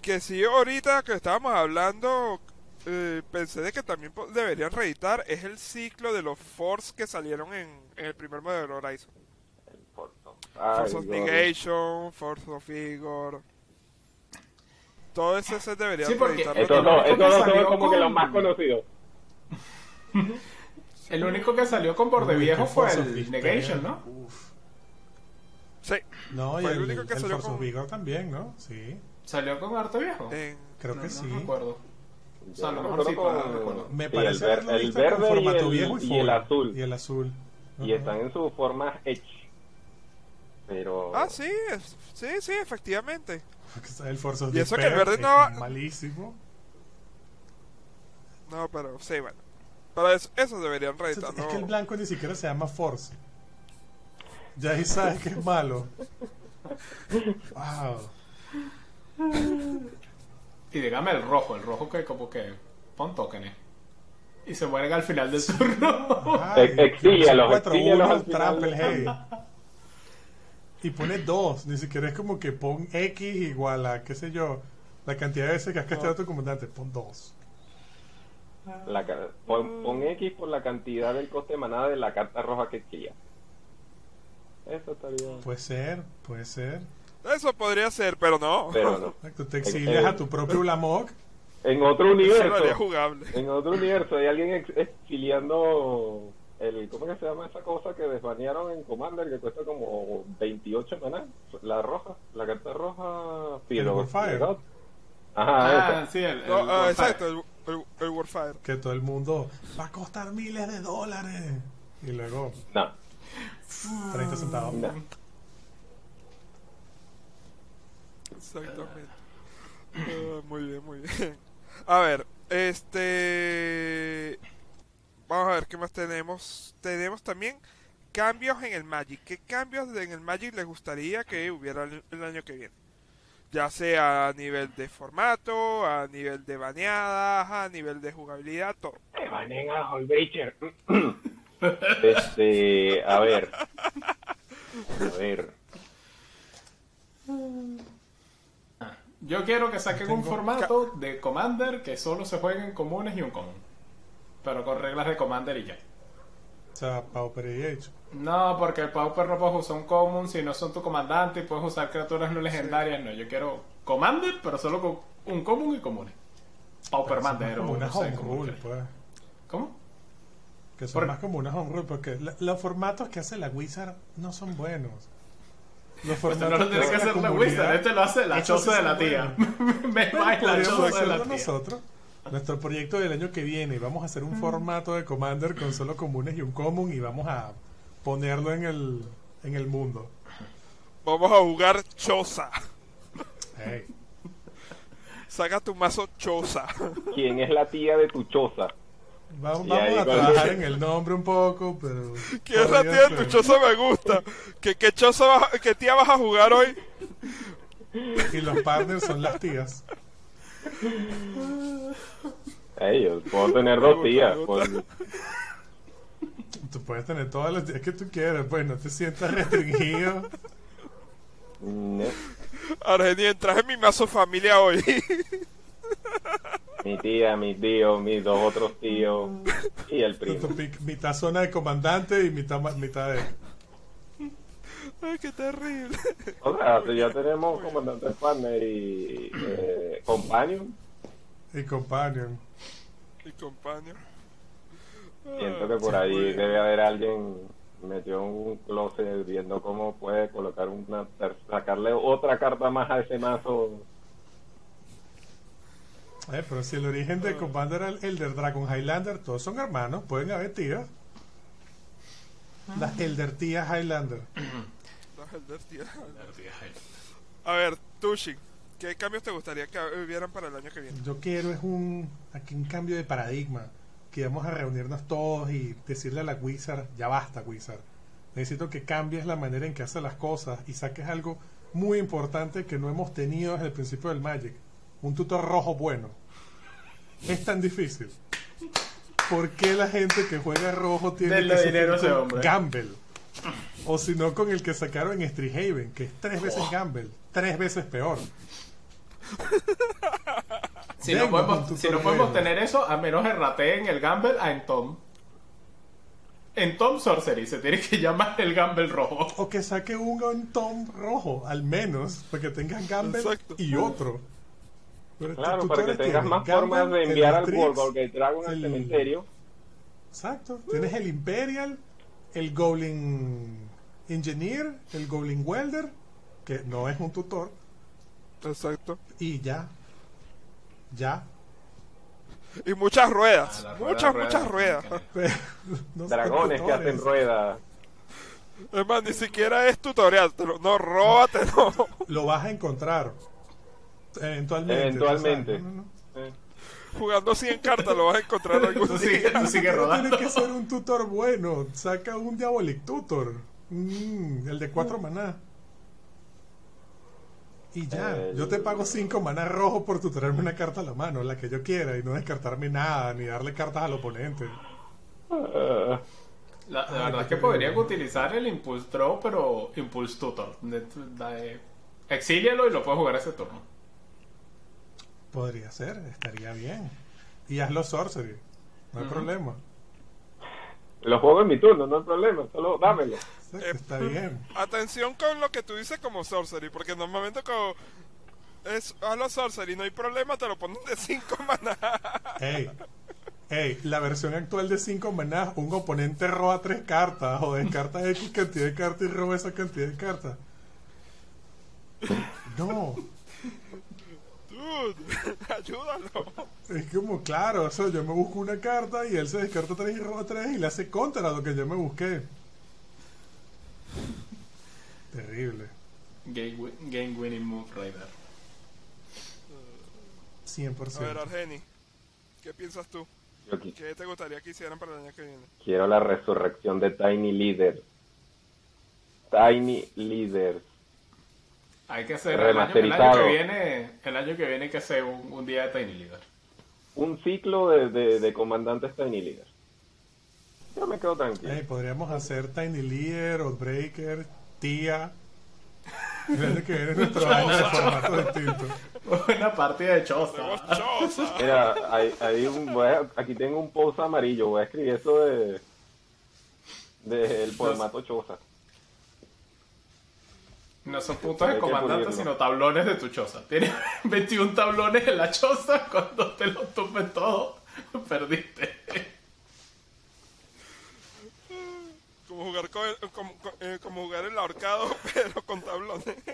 [SPEAKER 2] que sí ahorita que estábamos hablando eh, pensé de que también po- deberían reeditar es el ciclo de los Force que salieron en, en el primer modelo de Horizon
[SPEAKER 4] Ay,
[SPEAKER 2] Force of
[SPEAKER 4] gordo.
[SPEAKER 2] Negation Force of Igor todo ese set deberían
[SPEAKER 1] Sí, porque-
[SPEAKER 2] reeditarlo
[SPEAKER 4] Estos
[SPEAKER 2] también.
[SPEAKER 4] dos, estos dos son
[SPEAKER 1] Salió
[SPEAKER 4] como que
[SPEAKER 1] con-
[SPEAKER 4] los más conocidos.
[SPEAKER 1] El único que salió con borde
[SPEAKER 3] Uy,
[SPEAKER 1] viejo
[SPEAKER 3] qué
[SPEAKER 1] fue
[SPEAKER 3] Force of
[SPEAKER 1] el
[SPEAKER 3] Despair.
[SPEAKER 1] Negation, ¿no?
[SPEAKER 3] Uf.
[SPEAKER 2] Sí.
[SPEAKER 3] No, y
[SPEAKER 2] Fue el
[SPEAKER 3] el,
[SPEAKER 2] único que
[SPEAKER 3] el
[SPEAKER 2] salió
[SPEAKER 3] Force of
[SPEAKER 2] con-
[SPEAKER 3] Vigor también, ¿no? Sí.
[SPEAKER 1] ¿Salió con arte viejo?
[SPEAKER 2] En-
[SPEAKER 3] Eh, Creo
[SPEAKER 1] no,
[SPEAKER 3] que
[SPEAKER 1] no
[SPEAKER 3] sí.
[SPEAKER 1] recuerdo. O sea, a lo
[SPEAKER 4] Yo
[SPEAKER 1] mejor sí,
[SPEAKER 4] recuerdo
[SPEAKER 1] pero no
[SPEAKER 4] con-
[SPEAKER 1] recuerdo.
[SPEAKER 3] Me
[SPEAKER 4] y
[SPEAKER 3] parece
[SPEAKER 4] el, ver-
[SPEAKER 3] haberlo
[SPEAKER 4] el
[SPEAKER 3] visto con
[SPEAKER 4] verde
[SPEAKER 3] formato
[SPEAKER 4] y el,
[SPEAKER 3] viejo y,
[SPEAKER 4] y el
[SPEAKER 3] full.
[SPEAKER 4] azul.
[SPEAKER 3] Y el azul.
[SPEAKER 4] Y
[SPEAKER 3] Ajá.
[SPEAKER 4] están en su forma Edge. Pero.
[SPEAKER 2] Ah, sí, es- sí, sí, efectivamente.
[SPEAKER 3] Porque está El Forza
[SPEAKER 2] Y eso que el
[SPEAKER 3] Despair,
[SPEAKER 2] verde
[SPEAKER 3] es
[SPEAKER 2] no-
[SPEAKER 3] Malísimo.
[SPEAKER 2] No, pero sí, bueno. Para eso, eso deberían
[SPEAKER 3] Es
[SPEAKER 2] reeditar.
[SPEAKER 3] es que el
[SPEAKER 2] ¿no?
[SPEAKER 3] blanco ni siquiera se llama Forza. Ya ahí sabes que es malo. Wow.
[SPEAKER 1] Y dígame el rojo, el rojo que como que pon tokens. Y se muere al final del turno.
[SPEAKER 3] Ay,
[SPEAKER 4] Ex- exílialos,
[SPEAKER 3] que son
[SPEAKER 4] exílialos
[SPEAKER 3] 4-1
[SPEAKER 4] al final.
[SPEAKER 3] Trample Head. Y pone 2, ni siquiera es como que pon X igual a, qué sé yo, la cantidad de veces que has casteado a tu comandante, pon 2.
[SPEAKER 4] la ca- pon,
[SPEAKER 2] Mm.
[SPEAKER 4] pon X por la cantidad del coste de manada de la carta roja que exigía. Eso estaría.
[SPEAKER 3] Puede ser, puede ser.
[SPEAKER 2] Eso podría ser, pero no.
[SPEAKER 4] Pero no.
[SPEAKER 3] Exacto, te exilias
[SPEAKER 4] eh,
[SPEAKER 3] a tu propio Lamoc.
[SPEAKER 4] En otro
[SPEAKER 2] Eso no haría
[SPEAKER 4] universo.
[SPEAKER 2] jugable.
[SPEAKER 4] En otro universo hay alguien ex- exiliando el ¿cómo que se llama esa cosa que desbanearon en Commander que cuesta como 28 maná? La roja, la carta roja
[SPEAKER 3] Warfire.
[SPEAKER 4] ¿verdad?
[SPEAKER 1] Ah,
[SPEAKER 4] Ajá,
[SPEAKER 1] sí, el, el
[SPEAKER 2] No, ah,
[SPEAKER 1] Warfare.
[SPEAKER 2] exacto, el, el- el Warfire.
[SPEAKER 3] Que todo el mundo va a costar miles de dólares. Y luego,
[SPEAKER 4] esa.
[SPEAKER 3] 30 centavos.
[SPEAKER 4] No, no.
[SPEAKER 2] Exactamente. Ah, muy bien, muy bien. A ver, este. Vamos a ver qué más tenemos. Tenemos también cambios en el Magic. ¿Qué cambios en el Magic les gustaría que hubiera el el año que viene? Ya sea a nivel de formato, a nivel de baneadas, a nivel de jugabilidad, todo.
[SPEAKER 4] Te baneen a Holbreacher. este, a ver. A ver.
[SPEAKER 1] Yo quiero que saquen un
[SPEAKER 3] Tengo-
[SPEAKER 1] formato de Commander que solo se jueguen comunes y un común. Pero con reglas de Commander y ya.
[SPEAKER 3] O sea, Pauper y Age.
[SPEAKER 1] No, porque el Pauper no puedes usar un común si no son tu comandante y puedes usar criaturas no legendarias. No, yo quiero Commander, pero solo con un común y comunes. Pauper Mander
[SPEAKER 3] como
[SPEAKER 1] o
[SPEAKER 3] una
[SPEAKER 1] no sé
[SPEAKER 3] home
[SPEAKER 1] cómo
[SPEAKER 3] rule,
[SPEAKER 1] quieres.
[SPEAKER 3] pues.
[SPEAKER 1] ¿Cómo?
[SPEAKER 3] Que son
[SPEAKER 1] Por-
[SPEAKER 3] más como una home rule, porque la- los formatos que hace la Wizard no son buenos. Los formatos
[SPEAKER 1] Este no lo tiene que hacer la Wizard, este lo hace la
[SPEAKER 3] Eso sí
[SPEAKER 1] choza de la
[SPEAKER 3] son
[SPEAKER 1] tía.
[SPEAKER 3] buenos.
[SPEAKER 1] Me
[SPEAKER 3] Bueno,
[SPEAKER 1] va la
[SPEAKER 3] podríamos
[SPEAKER 1] choza de
[SPEAKER 3] hacerlo
[SPEAKER 1] la tía.
[SPEAKER 3] nosotros. Nuestro proyecto del año que viene, vamos a hacer un formato de Commander con solo comunes y un común y vamos a ponerlo en el, en el mundo.
[SPEAKER 2] Vamos a jugar Choza.
[SPEAKER 3] Hey.
[SPEAKER 2] Saca tu mazo Choza.
[SPEAKER 4] ¿Quién es la tía de tu choza?
[SPEAKER 3] Va-
[SPEAKER 4] Y
[SPEAKER 3] Vamos,
[SPEAKER 4] ahí
[SPEAKER 3] a
[SPEAKER 4] con-
[SPEAKER 3] trabajar en el nombre un poco, pero...
[SPEAKER 2] ¿Qué es la tía de tu choza? Me gusta. ¿Qué, qué choza vas a- qué tía vas a jugar hoy?
[SPEAKER 3] Y los partners son las tías.
[SPEAKER 4] Ey, yo puedo tener
[SPEAKER 2] Me
[SPEAKER 4] dos
[SPEAKER 2] gusta,
[SPEAKER 4] tías.
[SPEAKER 2] me
[SPEAKER 4] pues,
[SPEAKER 2] gusta.
[SPEAKER 3] Tú puedes tener todas las tías que tú quieras, pues no te sientas restringido.
[SPEAKER 4] no.
[SPEAKER 2] Argentina, traje mi mazo familia hoy.
[SPEAKER 4] Mi tía, mi tío, mis dos otros tíos y el primo.
[SPEAKER 3] Tu pic- mitad zona de comandante y mitad, ma- mitad de...
[SPEAKER 2] Ay, qué terrible.
[SPEAKER 4] O sea, si ya tenemos comandante partner y eh, companion,
[SPEAKER 3] Y companion.
[SPEAKER 2] Mi compañero.
[SPEAKER 4] siento que por
[SPEAKER 3] Sí, muy
[SPEAKER 4] ahí
[SPEAKER 3] bien.
[SPEAKER 4] debe haber alguien metió en un closet viendo cómo puede colocar una ter- sacarle otra carta más a ese mazo.
[SPEAKER 3] Eh, pero si el origen de Commander era el Elder Dragon Highlander, todos son hermanos, pueden haber tías. Las Elder tías Highlander.
[SPEAKER 2] A ver, Tushi, ¿qué cambios te gustaría que hubieran para el año que viene?
[SPEAKER 3] Yo quiero es un aquí un cambio de paradigma, que vamos a reunirnos todos y decirle a la Wizard, ya basta Wizard. Necesito que cambies la manera en que hace las cosas y saques algo muy importante que no hemos tenido desde el principio del Magic, un tutor rojo bueno. Es tan difícil. ¿Por qué la gente que juega rojo tiene
[SPEAKER 1] Denle
[SPEAKER 3] que
[SPEAKER 1] dinero a ese
[SPEAKER 3] con
[SPEAKER 1] hombre.
[SPEAKER 3] Gamble? O si no con el que sacaron en Streethaven, que es tres veces Gamble, tres veces peor.
[SPEAKER 1] Si no
[SPEAKER 3] Venga, con tu
[SPEAKER 1] podemos, si no
[SPEAKER 3] torneo.
[SPEAKER 1] podemos tener eso, a menos errate en el Gamble a Entom. Entom Sorcery se tiene que llamar el Gamble rojo.
[SPEAKER 3] O que saque un, un tom rojo, al menos, porque tengas Gamble
[SPEAKER 2] Exacto.
[SPEAKER 3] y otro. Pero
[SPEAKER 4] Claro,
[SPEAKER 3] tú- tú
[SPEAKER 4] para que
[SPEAKER 3] tienes
[SPEAKER 4] tengas
[SPEAKER 3] el
[SPEAKER 4] más
[SPEAKER 3] Gamble,
[SPEAKER 4] formas de
[SPEAKER 3] el
[SPEAKER 4] enviar al
[SPEAKER 3] Matrix,
[SPEAKER 4] Gorgon Dragon al
[SPEAKER 3] el-
[SPEAKER 4] cementerio.
[SPEAKER 3] Exacto. Tienes el Imperial, el Goblin Engineer, el Goblin Welder, que no es un tutor.
[SPEAKER 2] Exacto.
[SPEAKER 3] Y ya. Ya.
[SPEAKER 2] Y muchas ruedas.
[SPEAKER 1] Ah, la rueda,
[SPEAKER 2] muchas,
[SPEAKER 1] rueda,
[SPEAKER 2] muchas ruedas.
[SPEAKER 1] mecánica.
[SPEAKER 3] No sé,
[SPEAKER 4] Dragones que hacen
[SPEAKER 3] tutores.
[SPEAKER 4] ruedas.
[SPEAKER 2] Es más, ni siquiera es tutorial. te lo- no, róbatelo.
[SPEAKER 3] Lo vas a encontrar. Eventualmente.
[SPEAKER 4] Eventualmente.
[SPEAKER 3] No, no, no.
[SPEAKER 4] Eh,
[SPEAKER 2] Jugando 100 cartas lo vas a encontrar
[SPEAKER 1] Tú
[SPEAKER 2] algún
[SPEAKER 1] sigue,
[SPEAKER 2] día.
[SPEAKER 1] tú sigue
[SPEAKER 3] Pero
[SPEAKER 1] rodando.
[SPEAKER 3] tiene que ser un tutor bueno. Saca un Diabolic Tutor. Mm, el de cuatro maná. Y ya,
[SPEAKER 4] El-
[SPEAKER 3] yo te pago cinco maná rojo por tutorarme una carta a la mano, la que yo quiera, y no descartarme nada, ni darle cartas al oponente.
[SPEAKER 4] ah,
[SPEAKER 1] La, la verdad
[SPEAKER 3] Ah, qué
[SPEAKER 1] es que
[SPEAKER 3] terrible.
[SPEAKER 1] podrían utilizar el Impulse Draw, pero Impulse Tutor. De- de- exílialo y lo puedes jugar ese turno.
[SPEAKER 3] Podría ser, estaría bien. Y hazlo sorcery, no hay
[SPEAKER 1] Ujú.
[SPEAKER 3] problema.
[SPEAKER 4] lo juego en mi turno, no hay problema, solo dámelo.
[SPEAKER 3] Exacto, Está bien.
[SPEAKER 2] Atención con lo que tú dices como sorcery, porque normalmente como es hazlo sorcery, no hay problema, te lo ponen de 5 maná.
[SPEAKER 3] Ey, ey, la versión actual de 5 maná, un oponente roba 3 cartas o descarta X cantidad de cartas y roba esa cantidad de cartas. No,
[SPEAKER 2] Dude, ayúdalo.
[SPEAKER 3] es como claro, o sea, yo me busco una carta y él se descarta 3 y roba 3 y le hace contra lo que yo me busqué. Terrible.
[SPEAKER 1] Game, wi- game Winning Move Raider.
[SPEAKER 3] 100%.
[SPEAKER 2] A ver, Argeni, ¿qué piensas tú?
[SPEAKER 4] Yo qui-
[SPEAKER 2] ¿Qué te gustaría que hicieran para el año que viene?
[SPEAKER 4] quiero la resurrección de Tiny Leader. Tiny Leader.
[SPEAKER 1] Hay que hacer el año, el año
[SPEAKER 4] Remasterizado.
[SPEAKER 1] que viene. El año que viene hay que hacer un, un día de Tiny Leader.
[SPEAKER 4] Un ciclo de, de, de comandantes Tiny Leader. Yo me quedo tranquilo.
[SPEAKER 3] Ey, podríamos hacer Tiny Leader, Outbreaker, Tía. Mira que viene nuestro año de formato distinto.
[SPEAKER 1] Una partida de
[SPEAKER 2] ¡Tenemos
[SPEAKER 1] choza.
[SPEAKER 2] choza!
[SPEAKER 4] Mira, hay, hay un, voy a- aquí tengo un post amarillo, voy a escribir eso de del formato choza.
[SPEAKER 1] No son puntos de
[SPEAKER 4] Hay que
[SPEAKER 1] comandante,
[SPEAKER 4] pulirlo.
[SPEAKER 1] sino tablones de tu choza. Tienes 21 tablones en la choza. Cuando te los tumben todos, perdiste.
[SPEAKER 2] Como jugar, con el- como, co- eh, como jugar el ahorcado, pero con tablones.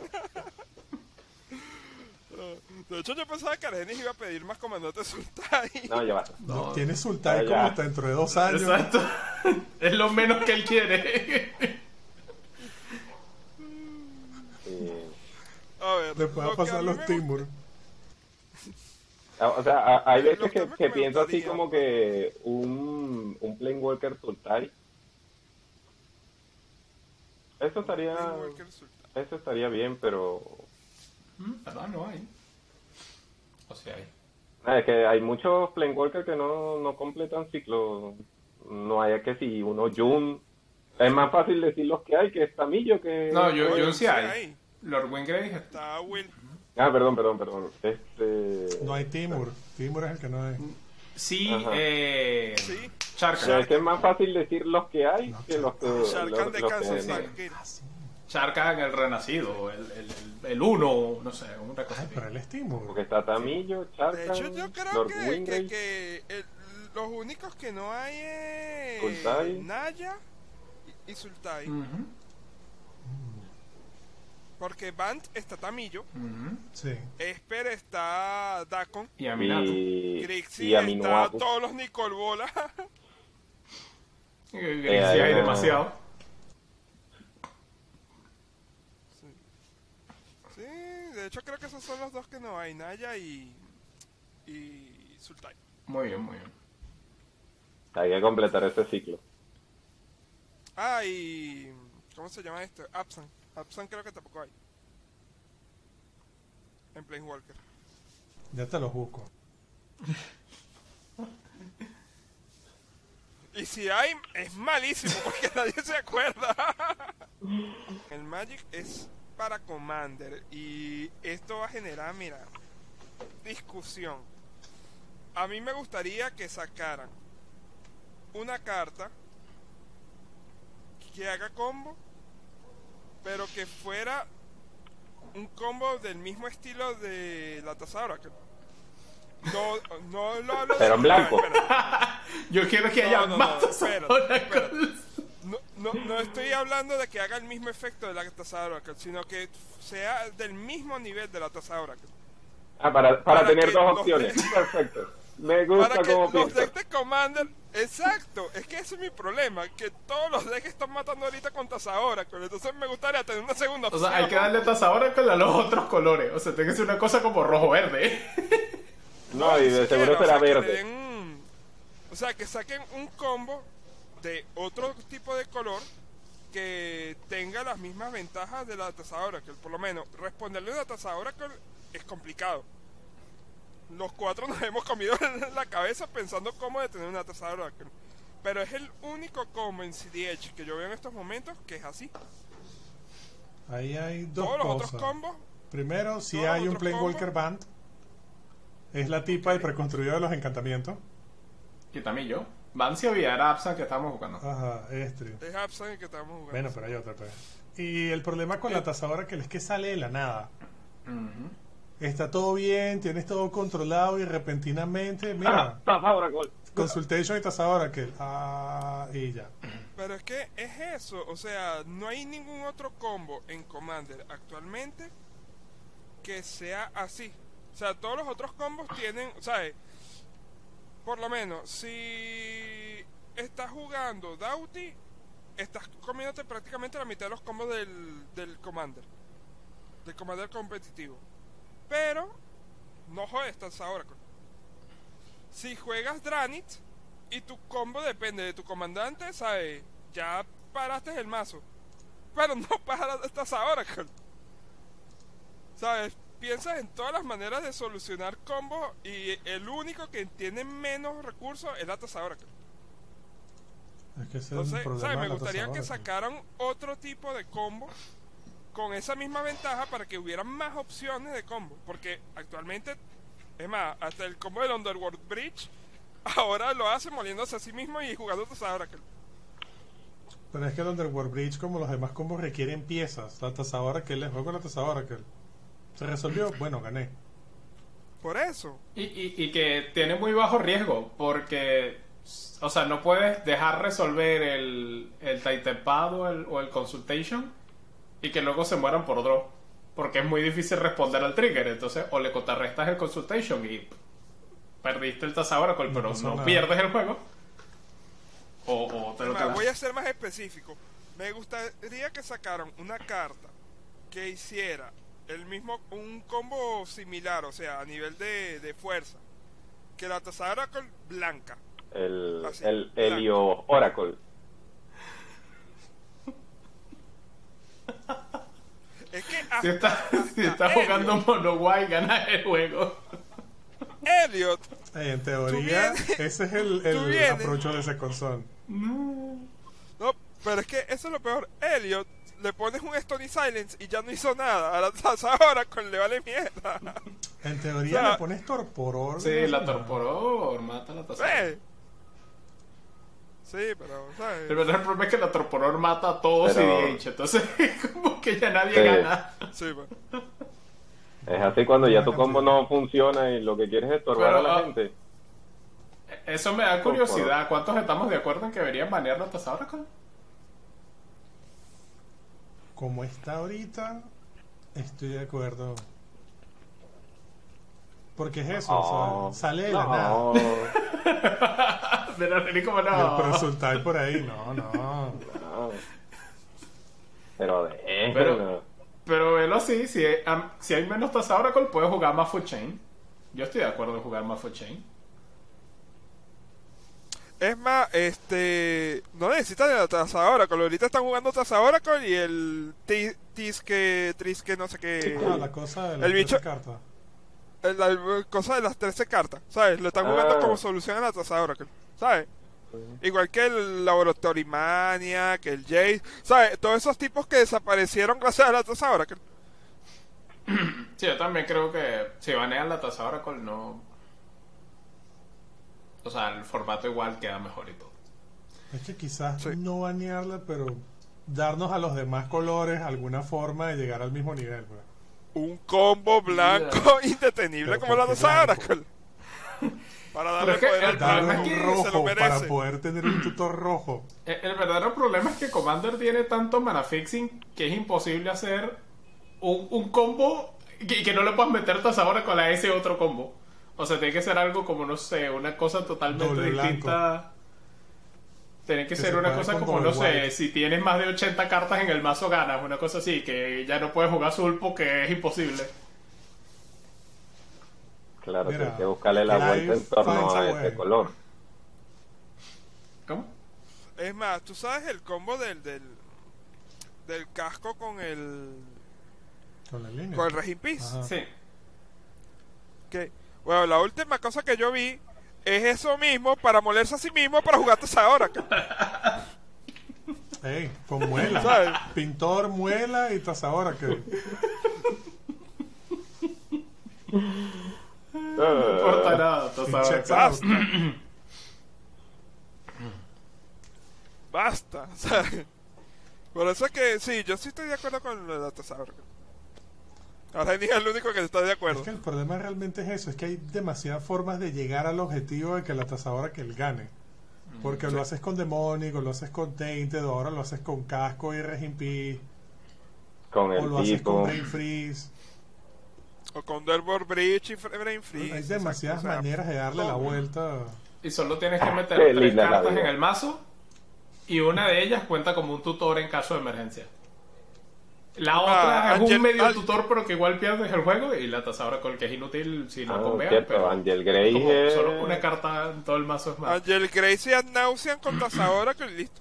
[SPEAKER 2] De hecho, yo pensaba que Argenis iba a pedir más comandantes Sultai.
[SPEAKER 4] No, ya basta.
[SPEAKER 3] No, tiene Sultai como
[SPEAKER 4] ya.
[SPEAKER 3] hasta dentro de dos años.
[SPEAKER 1] Exacto. Es lo menos que él quiere.
[SPEAKER 4] Sí.
[SPEAKER 2] A ver,
[SPEAKER 3] Después va
[SPEAKER 2] lo
[SPEAKER 3] a
[SPEAKER 2] que
[SPEAKER 3] pasar
[SPEAKER 2] mí
[SPEAKER 3] los
[SPEAKER 2] me
[SPEAKER 3] Timur.
[SPEAKER 4] Ah, O sea, a- hay
[SPEAKER 2] Lo
[SPEAKER 4] veces
[SPEAKER 2] que
[SPEAKER 4] que,
[SPEAKER 2] me
[SPEAKER 4] que pienso así
[SPEAKER 2] gustaría.
[SPEAKER 4] como que un, un Plane Walker Sultai. Eso estaría,
[SPEAKER 2] gusta es Walker Sultai.
[SPEAKER 4] eso estaría bien, pero
[SPEAKER 1] Mm, ¿Verdad? No hay. O sea, hay.
[SPEAKER 4] Ah, Es que hay muchos Plane Walker que no, no completan ciclo. No hay que si uno Jun. Es más fácil decir los que hay que es Tamillo que.
[SPEAKER 1] No, yo,
[SPEAKER 2] Oye,
[SPEAKER 1] yo sí
[SPEAKER 2] Eh, sí
[SPEAKER 1] hay.
[SPEAKER 2] hay.
[SPEAKER 1] Lord Wingrave
[SPEAKER 2] Está Will.
[SPEAKER 4] Ah, perdón, perdón, perdón. Este.
[SPEAKER 3] No hay Timur. Timur es el que no hay.
[SPEAKER 2] Mm,
[SPEAKER 1] Sí,
[SPEAKER 4] Ajá.
[SPEAKER 1] eh.
[SPEAKER 2] Sí. este-
[SPEAKER 4] Pero es
[SPEAKER 1] Charka.
[SPEAKER 4] que es más fácil decir los que hay que los que.
[SPEAKER 2] Sharkan
[SPEAKER 4] los-
[SPEAKER 2] de
[SPEAKER 4] los que-
[SPEAKER 2] Kansas.
[SPEAKER 1] no.
[SPEAKER 2] Sarkir.
[SPEAKER 1] Charka en el Renacido. El, el, el, el uno, no sé, una cosa
[SPEAKER 3] Ay,
[SPEAKER 1] así.
[SPEAKER 3] pero él es Timur.
[SPEAKER 4] Porque está Tamillo,
[SPEAKER 2] De
[SPEAKER 4] Charcan,
[SPEAKER 2] hecho, yo creo
[SPEAKER 4] Lord
[SPEAKER 2] que, que,
[SPEAKER 4] Wingrave.
[SPEAKER 2] que el- los únicos que no hay es
[SPEAKER 4] Sultai.
[SPEAKER 2] Naya y, y Sultai.
[SPEAKER 1] Ujú,
[SPEAKER 2] Porque Bant está Tamillo,
[SPEAKER 1] ujú.
[SPEAKER 3] Sí.
[SPEAKER 2] Esper está Dacon,
[SPEAKER 1] Y a mí nada.
[SPEAKER 2] eh,
[SPEAKER 4] Y,
[SPEAKER 2] Grixie
[SPEAKER 4] y
[SPEAKER 2] está
[SPEAKER 4] Aminoaku.
[SPEAKER 2] todos los Nicol Bola.
[SPEAKER 1] Eh,
[SPEAKER 4] Eh,
[SPEAKER 1] sí, hay
[SPEAKER 4] no.
[SPEAKER 1] demasiado.
[SPEAKER 2] sí, de hecho creo que esos son los dos que no hay, Naya y, y Sultai.
[SPEAKER 1] Muy bien, muy bien.
[SPEAKER 4] Hay que completar ese ciclo.
[SPEAKER 2] Ah, y... ¿Cómo se llama este? Absan. Absan creo que tampoco hay. En Planeswalker.
[SPEAKER 3] Ya te los busco.
[SPEAKER 2] Y si hay, es malísimo porque nadie se acuerda. El Magic es para Commander y esto va a generar, mira, discusión. A mí me gustaría que sacaran una carta que haga combo, pero que fuera un combo del mismo estilo de la taza de Oracle. No, no lo hablo de-
[SPEAKER 4] Pero en blanco.
[SPEAKER 2] espera.
[SPEAKER 1] Yo quiero que
[SPEAKER 2] No,
[SPEAKER 1] haya
[SPEAKER 2] no, no,
[SPEAKER 1] más
[SPEAKER 2] espérate,
[SPEAKER 1] personas
[SPEAKER 2] espérate.
[SPEAKER 1] con-
[SPEAKER 2] No, No, no estoy hablando de que haga el mismo efecto de la Tazada Oracle, sino que sea del mismo nivel de la Tazada Oracle.
[SPEAKER 4] Ah, para, para,
[SPEAKER 2] Para
[SPEAKER 4] tener
[SPEAKER 2] que
[SPEAKER 4] dos
[SPEAKER 2] los
[SPEAKER 4] opciones.
[SPEAKER 2] de-
[SPEAKER 4] Perfecto. Me
[SPEAKER 2] Para
[SPEAKER 4] gusta
[SPEAKER 2] que
[SPEAKER 4] como
[SPEAKER 2] los
[SPEAKER 4] pinta.
[SPEAKER 2] decks de Commander. Exacto, es que ese es mi problema, que todos los decks están matando ahorita con Tazada Oracle, entonces me gustaría tener una segunda
[SPEAKER 1] O sea,
[SPEAKER 2] opción.
[SPEAKER 1] hay que darle taza Oracle a los otros colores. O sea, tiene que ser una cosa como rojo-verde.
[SPEAKER 4] No, y
[SPEAKER 2] ni
[SPEAKER 4] de
[SPEAKER 2] siquiera,
[SPEAKER 4] seguro
[SPEAKER 2] o sea,
[SPEAKER 4] será
[SPEAKER 2] que le
[SPEAKER 4] verde.
[SPEAKER 2] den un- o sea, que saquen un combo de otro tipo de color que tenga las mismas ventajas de la tasadora. Que por lo menos responderle a la tasadora es complicado. Los cuatro nos hemos comido en la cabeza pensando cómo detener una tasadora. Pero es el único combo en CDH que yo veo en estos momentos que es así.
[SPEAKER 3] Ahí hay dos
[SPEAKER 2] Todos los
[SPEAKER 3] cosas.
[SPEAKER 2] otros combos
[SPEAKER 3] Primero, si
[SPEAKER 2] Todos los
[SPEAKER 3] hay un
[SPEAKER 2] otros
[SPEAKER 3] Planewalker
[SPEAKER 2] combos.
[SPEAKER 3] Band. Es la tipa del preconstruido de los encantamientos.
[SPEAKER 1] Y también yo. Bancio y era Absan que estábamos buscando.
[SPEAKER 3] Ajá, Estrio.
[SPEAKER 2] es Absent el que estamos jugando.
[SPEAKER 3] Bueno, pero hay otra, pues. Y el problema con la tasadora que es que sale de la nada.
[SPEAKER 1] Ujú.
[SPEAKER 3] Está todo bien, tienes todo controlado y repentinamente,
[SPEAKER 1] Ah.
[SPEAKER 3] mira,
[SPEAKER 4] Taza Oracle.
[SPEAKER 3] consultation y tasadora que ah, y ya.
[SPEAKER 2] Pero es que es eso, o sea, no hay ningún otro combo en Commander actualmente que sea así. O sea, todos los otros combos tienen, ¿sabes? Por lo menos, si estás jugando Doughty, estás comiéndote prácticamente la mitad de los combos del, del Commander. Del Commander competitivo. Pero, no jodes, estás ahora. con- Si juegas Dranit, y tu combo depende de tu comandante, ¿sabes? Ya paraste el mazo. Pero no paras estás ahora, ¿sabes? Piensas en todas las maneras de solucionar combos y el único que tiene menos recursos es la tasadora. Carl.
[SPEAKER 3] Es que ese es el
[SPEAKER 2] Entonces,
[SPEAKER 3] problema.
[SPEAKER 2] ¿sabes?
[SPEAKER 3] de
[SPEAKER 2] Me
[SPEAKER 3] la
[SPEAKER 2] gustaría que
[SPEAKER 3] tasadora,
[SPEAKER 2] sacaran otro tipo de combo con esa misma ventaja para que hubieran más opciones de combo. Porque actualmente, es más, hasta el combo del Underworld Bridge ahora lo hace moliéndose a sí mismo y jugando tasadora. Carl.
[SPEAKER 3] que- Pero es que el Underworld Bridge, como los demás combos, requieren piezas. La tasadora que le juego con la tasadora que se resolvió, bueno, gané.
[SPEAKER 2] Por eso.
[SPEAKER 1] Y, y- y que tiene muy bajo riesgo, porque, o sea, no puedes dejar resolver el, el Taitepad o el, o el Consultation y que luego se mueran por draw, porque es muy difícil responder al trigger. Entonces, o le contrarrestas el Consultation y p- perdiste el Taza Oracle,
[SPEAKER 3] No
[SPEAKER 1] pero
[SPEAKER 3] pasa
[SPEAKER 1] no
[SPEAKER 3] nada.
[SPEAKER 1] pierdes el juego, o, o te lo
[SPEAKER 2] Además,
[SPEAKER 1] quedas.
[SPEAKER 2] Ah, voy a ser más específico. Me gustaría que sacaran una carta que hiciera el mismo un combo similar, o sea, a nivel de, de fuerza. Que la tasadora con blanca.
[SPEAKER 4] El,
[SPEAKER 2] Así,
[SPEAKER 4] el
[SPEAKER 2] blanco.
[SPEAKER 4] Helio Oracle.
[SPEAKER 2] Es que hasta,
[SPEAKER 1] Si estás si
[SPEAKER 2] hasta
[SPEAKER 1] estás jugando
[SPEAKER 2] Elliot-
[SPEAKER 1] Mono White, ganas el juego.
[SPEAKER 2] Elliot,
[SPEAKER 3] Eh, en teoría,
[SPEAKER 2] Tú vienes-
[SPEAKER 3] ese es el,
[SPEAKER 2] tú
[SPEAKER 3] el
[SPEAKER 2] vienes.
[SPEAKER 3] aprocho de ese console.
[SPEAKER 2] no, pero es que eso es lo peor. Elliot, le pones un Stony Silence y ya no hizo nada. A la tasadora con le vale mierda.
[SPEAKER 3] En teoría
[SPEAKER 2] O sea,
[SPEAKER 3] le pones torporor.
[SPEAKER 1] Sí, la
[SPEAKER 3] torporor
[SPEAKER 1] torporó, mata la Taza Oracle.
[SPEAKER 2] ¿Ves? Sí, pero, ¿sabes?
[SPEAKER 1] El verdadero problema es que la Torporor mata a todos
[SPEAKER 4] Pero-
[SPEAKER 1] y DH, entonces como que ya nadie
[SPEAKER 4] Sí.
[SPEAKER 1] gana.
[SPEAKER 2] Sí, pues.
[SPEAKER 4] Es así cuando ya tu combo no funciona y lo que quieres es estorbar
[SPEAKER 1] Pero,
[SPEAKER 4] a la
[SPEAKER 1] ah,
[SPEAKER 4] gente.
[SPEAKER 1] Eso me da curiosidad, ¿cuántos estamos de acuerdo en que deberían banear la Taza Oracle?
[SPEAKER 3] Como está ahorita, estoy de acuerdo. Porque es eso,
[SPEAKER 4] Oh,
[SPEAKER 3] o sea, sale de la nada.
[SPEAKER 4] no.
[SPEAKER 1] Mira, René, como
[SPEAKER 3] El
[SPEAKER 1] no.
[SPEAKER 3] prosultar por ahí, no, no.
[SPEAKER 4] No. Pero de este
[SPEAKER 1] Pero- Pero velo así, si, am- si hay menos Taza Oracle, puedes jugar más Food Chain. Yo estoy de acuerdo en jugar más Food Chain.
[SPEAKER 2] Es más, este. No necesitan la tasadora, con ahorita están jugando tasadora con y el ti- Tisque, Trisque, no sé qué.
[SPEAKER 3] Ah, la cosa de las
[SPEAKER 2] Eh, El bicho-
[SPEAKER 3] 13 cartas.
[SPEAKER 2] el- La el- cosa de las 13 cartas, ¿sabes? Lo están jugando
[SPEAKER 4] Ah.
[SPEAKER 2] como solución a la tasadora, ¿sabes? Igual que el Laboratory Mania, que el Jace, ¿sabes? Todos esos tipos que desaparecieron gracias a la tasadora.
[SPEAKER 1] Sí, yo también creo que si banean la Taza Oracle, no... O sea, el formato igual queda mejor y todo.
[SPEAKER 3] Es que quizás
[SPEAKER 2] Sí.
[SPEAKER 3] no banearla, pero darnos a los demás colores alguna forma de llegar al mismo nivel. pues.
[SPEAKER 2] Un combo blanco indetenible
[SPEAKER 3] Pero
[SPEAKER 2] como la
[SPEAKER 3] ¿por qué
[SPEAKER 2] tasadora.
[SPEAKER 3] blanco?
[SPEAKER 2] Para darle
[SPEAKER 1] Pero es que
[SPEAKER 2] poder
[SPEAKER 1] el
[SPEAKER 2] al
[SPEAKER 1] problema
[SPEAKER 3] Darle
[SPEAKER 1] es que se
[SPEAKER 2] dragón, se lo
[SPEAKER 3] un rojo para
[SPEAKER 2] merece.
[SPEAKER 3] poder tener un tutor rojo.
[SPEAKER 1] Eh, El, el verdadero problema es que Commander tiene tanto mana fixing que es imposible hacer un, un combo y que, que no le puedas meter todas ahora con la S otro combo. O sea, tiene que ser algo como, no sé, una cosa totalmente
[SPEAKER 3] Doble blanco.
[SPEAKER 1] distinta. Tiene que,
[SPEAKER 3] Que
[SPEAKER 1] ser
[SPEAKER 3] se
[SPEAKER 1] una
[SPEAKER 3] pueda
[SPEAKER 1] cosa
[SPEAKER 3] con
[SPEAKER 1] como, no
[SPEAKER 3] doble
[SPEAKER 1] sé,
[SPEAKER 3] white.
[SPEAKER 1] si tienes más de 80 cartas en el mazo ganas, una cosa así, que ya no puedes jugar azul porque es imposible.
[SPEAKER 4] Claro,
[SPEAKER 3] Mira,
[SPEAKER 4] tienes que buscarle la
[SPEAKER 3] life
[SPEAKER 4] vuelta en torno
[SPEAKER 3] finds a
[SPEAKER 4] a
[SPEAKER 3] way.
[SPEAKER 4] ese color.
[SPEAKER 1] ¿Cómo?
[SPEAKER 2] Es más, tú sabes el combo del, del, del casco con el,
[SPEAKER 3] Con la línea.
[SPEAKER 2] con el Regin Peace.
[SPEAKER 3] Ajá.
[SPEAKER 1] Sí.
[SPEAKER 2] Que, bueno, la última cosa que yo vi es eso mismo para molerse a sí mismo para jugar hasta ahora.
[SPEAKER 3] Ey, con muela.
[SPEAKER 2] ¿Sabes?
[SPEAKER 3] Pintor, muela y tasadora. Que...
[SPEAKER 1] No importa nada, tú
[SPEAKER 3] y
[SPEAKER 1] sabes.
[SPEAKER 3] check
[SPEAKER 1] claro.
[SPEAKER 3] out.
[SPEAKER 2] Basta. ¿sabes? Por eso es que sí, yo sí estoy de acuerdo con lo de la tesaura. Ahora es el único que está de acuerdo.
[SPEAKER 3] Es que el problema realmente es eso, es que hay demasiadas formas de llegar al objetivo de que la tasadora que él gane. Porque
[SPEAKER 2] Mm,
[SPEAKER 3] lo haces con Demónico, lo haces con Tainted, ahora lo haces con Casco y Regin Peace,
[SPEAKER 4] Con
[SPEAKER 3] o lo
[SPEAKER 4] el
[SPEAKER 3] haces con
[SPEAKER 4] tipo.
[SPEAKER 3] Brain Freeze.
[SPEAKER 2] O con Delbor Bridge y Fre- Brain Freeze.
[SPEAKER 3] Hay demasiadas
[SPEAKER 2] exacto, o sea,
[SPEAKER 3] maneras de darle la
[SPEAKER 2] todo.
[SPEAKER 3] vuelta.
[SPEAKER 1] Y solo tienes que meter
[SPEAKER 4] Ah, qué
[SPEAKER 1] tres
[SPEAKER 4] linda la
[SPEAKER 1] cartas
[SPEAKER 4] vida.
[SPEAKER 1] en el mazo y una de ellas cuenta como un tutor en caso de emergencia. La otra es
[SPEAKER 2] Angel-
[SPEAKER 1] un medio
[SPEAKER 2] Al-
[SPEAKER 1] tutor pero que igual pierdes el juego y la tasadora con el que es inútil si no
[SPEAKER 4] Ah,
[SPEAKER 1] convea,
[SPEAKER 4] cierto,
[SPEAKER 1] pero
[SPEAKER 4] Angel Grey
[SPEAKER 1] como
[SPEAKER 4] es-
[SPEAKER 1] solo una carta en todo el mazo es más.
[SPEAKER 2] Angel Gracie and Nausean con tasadora que listo.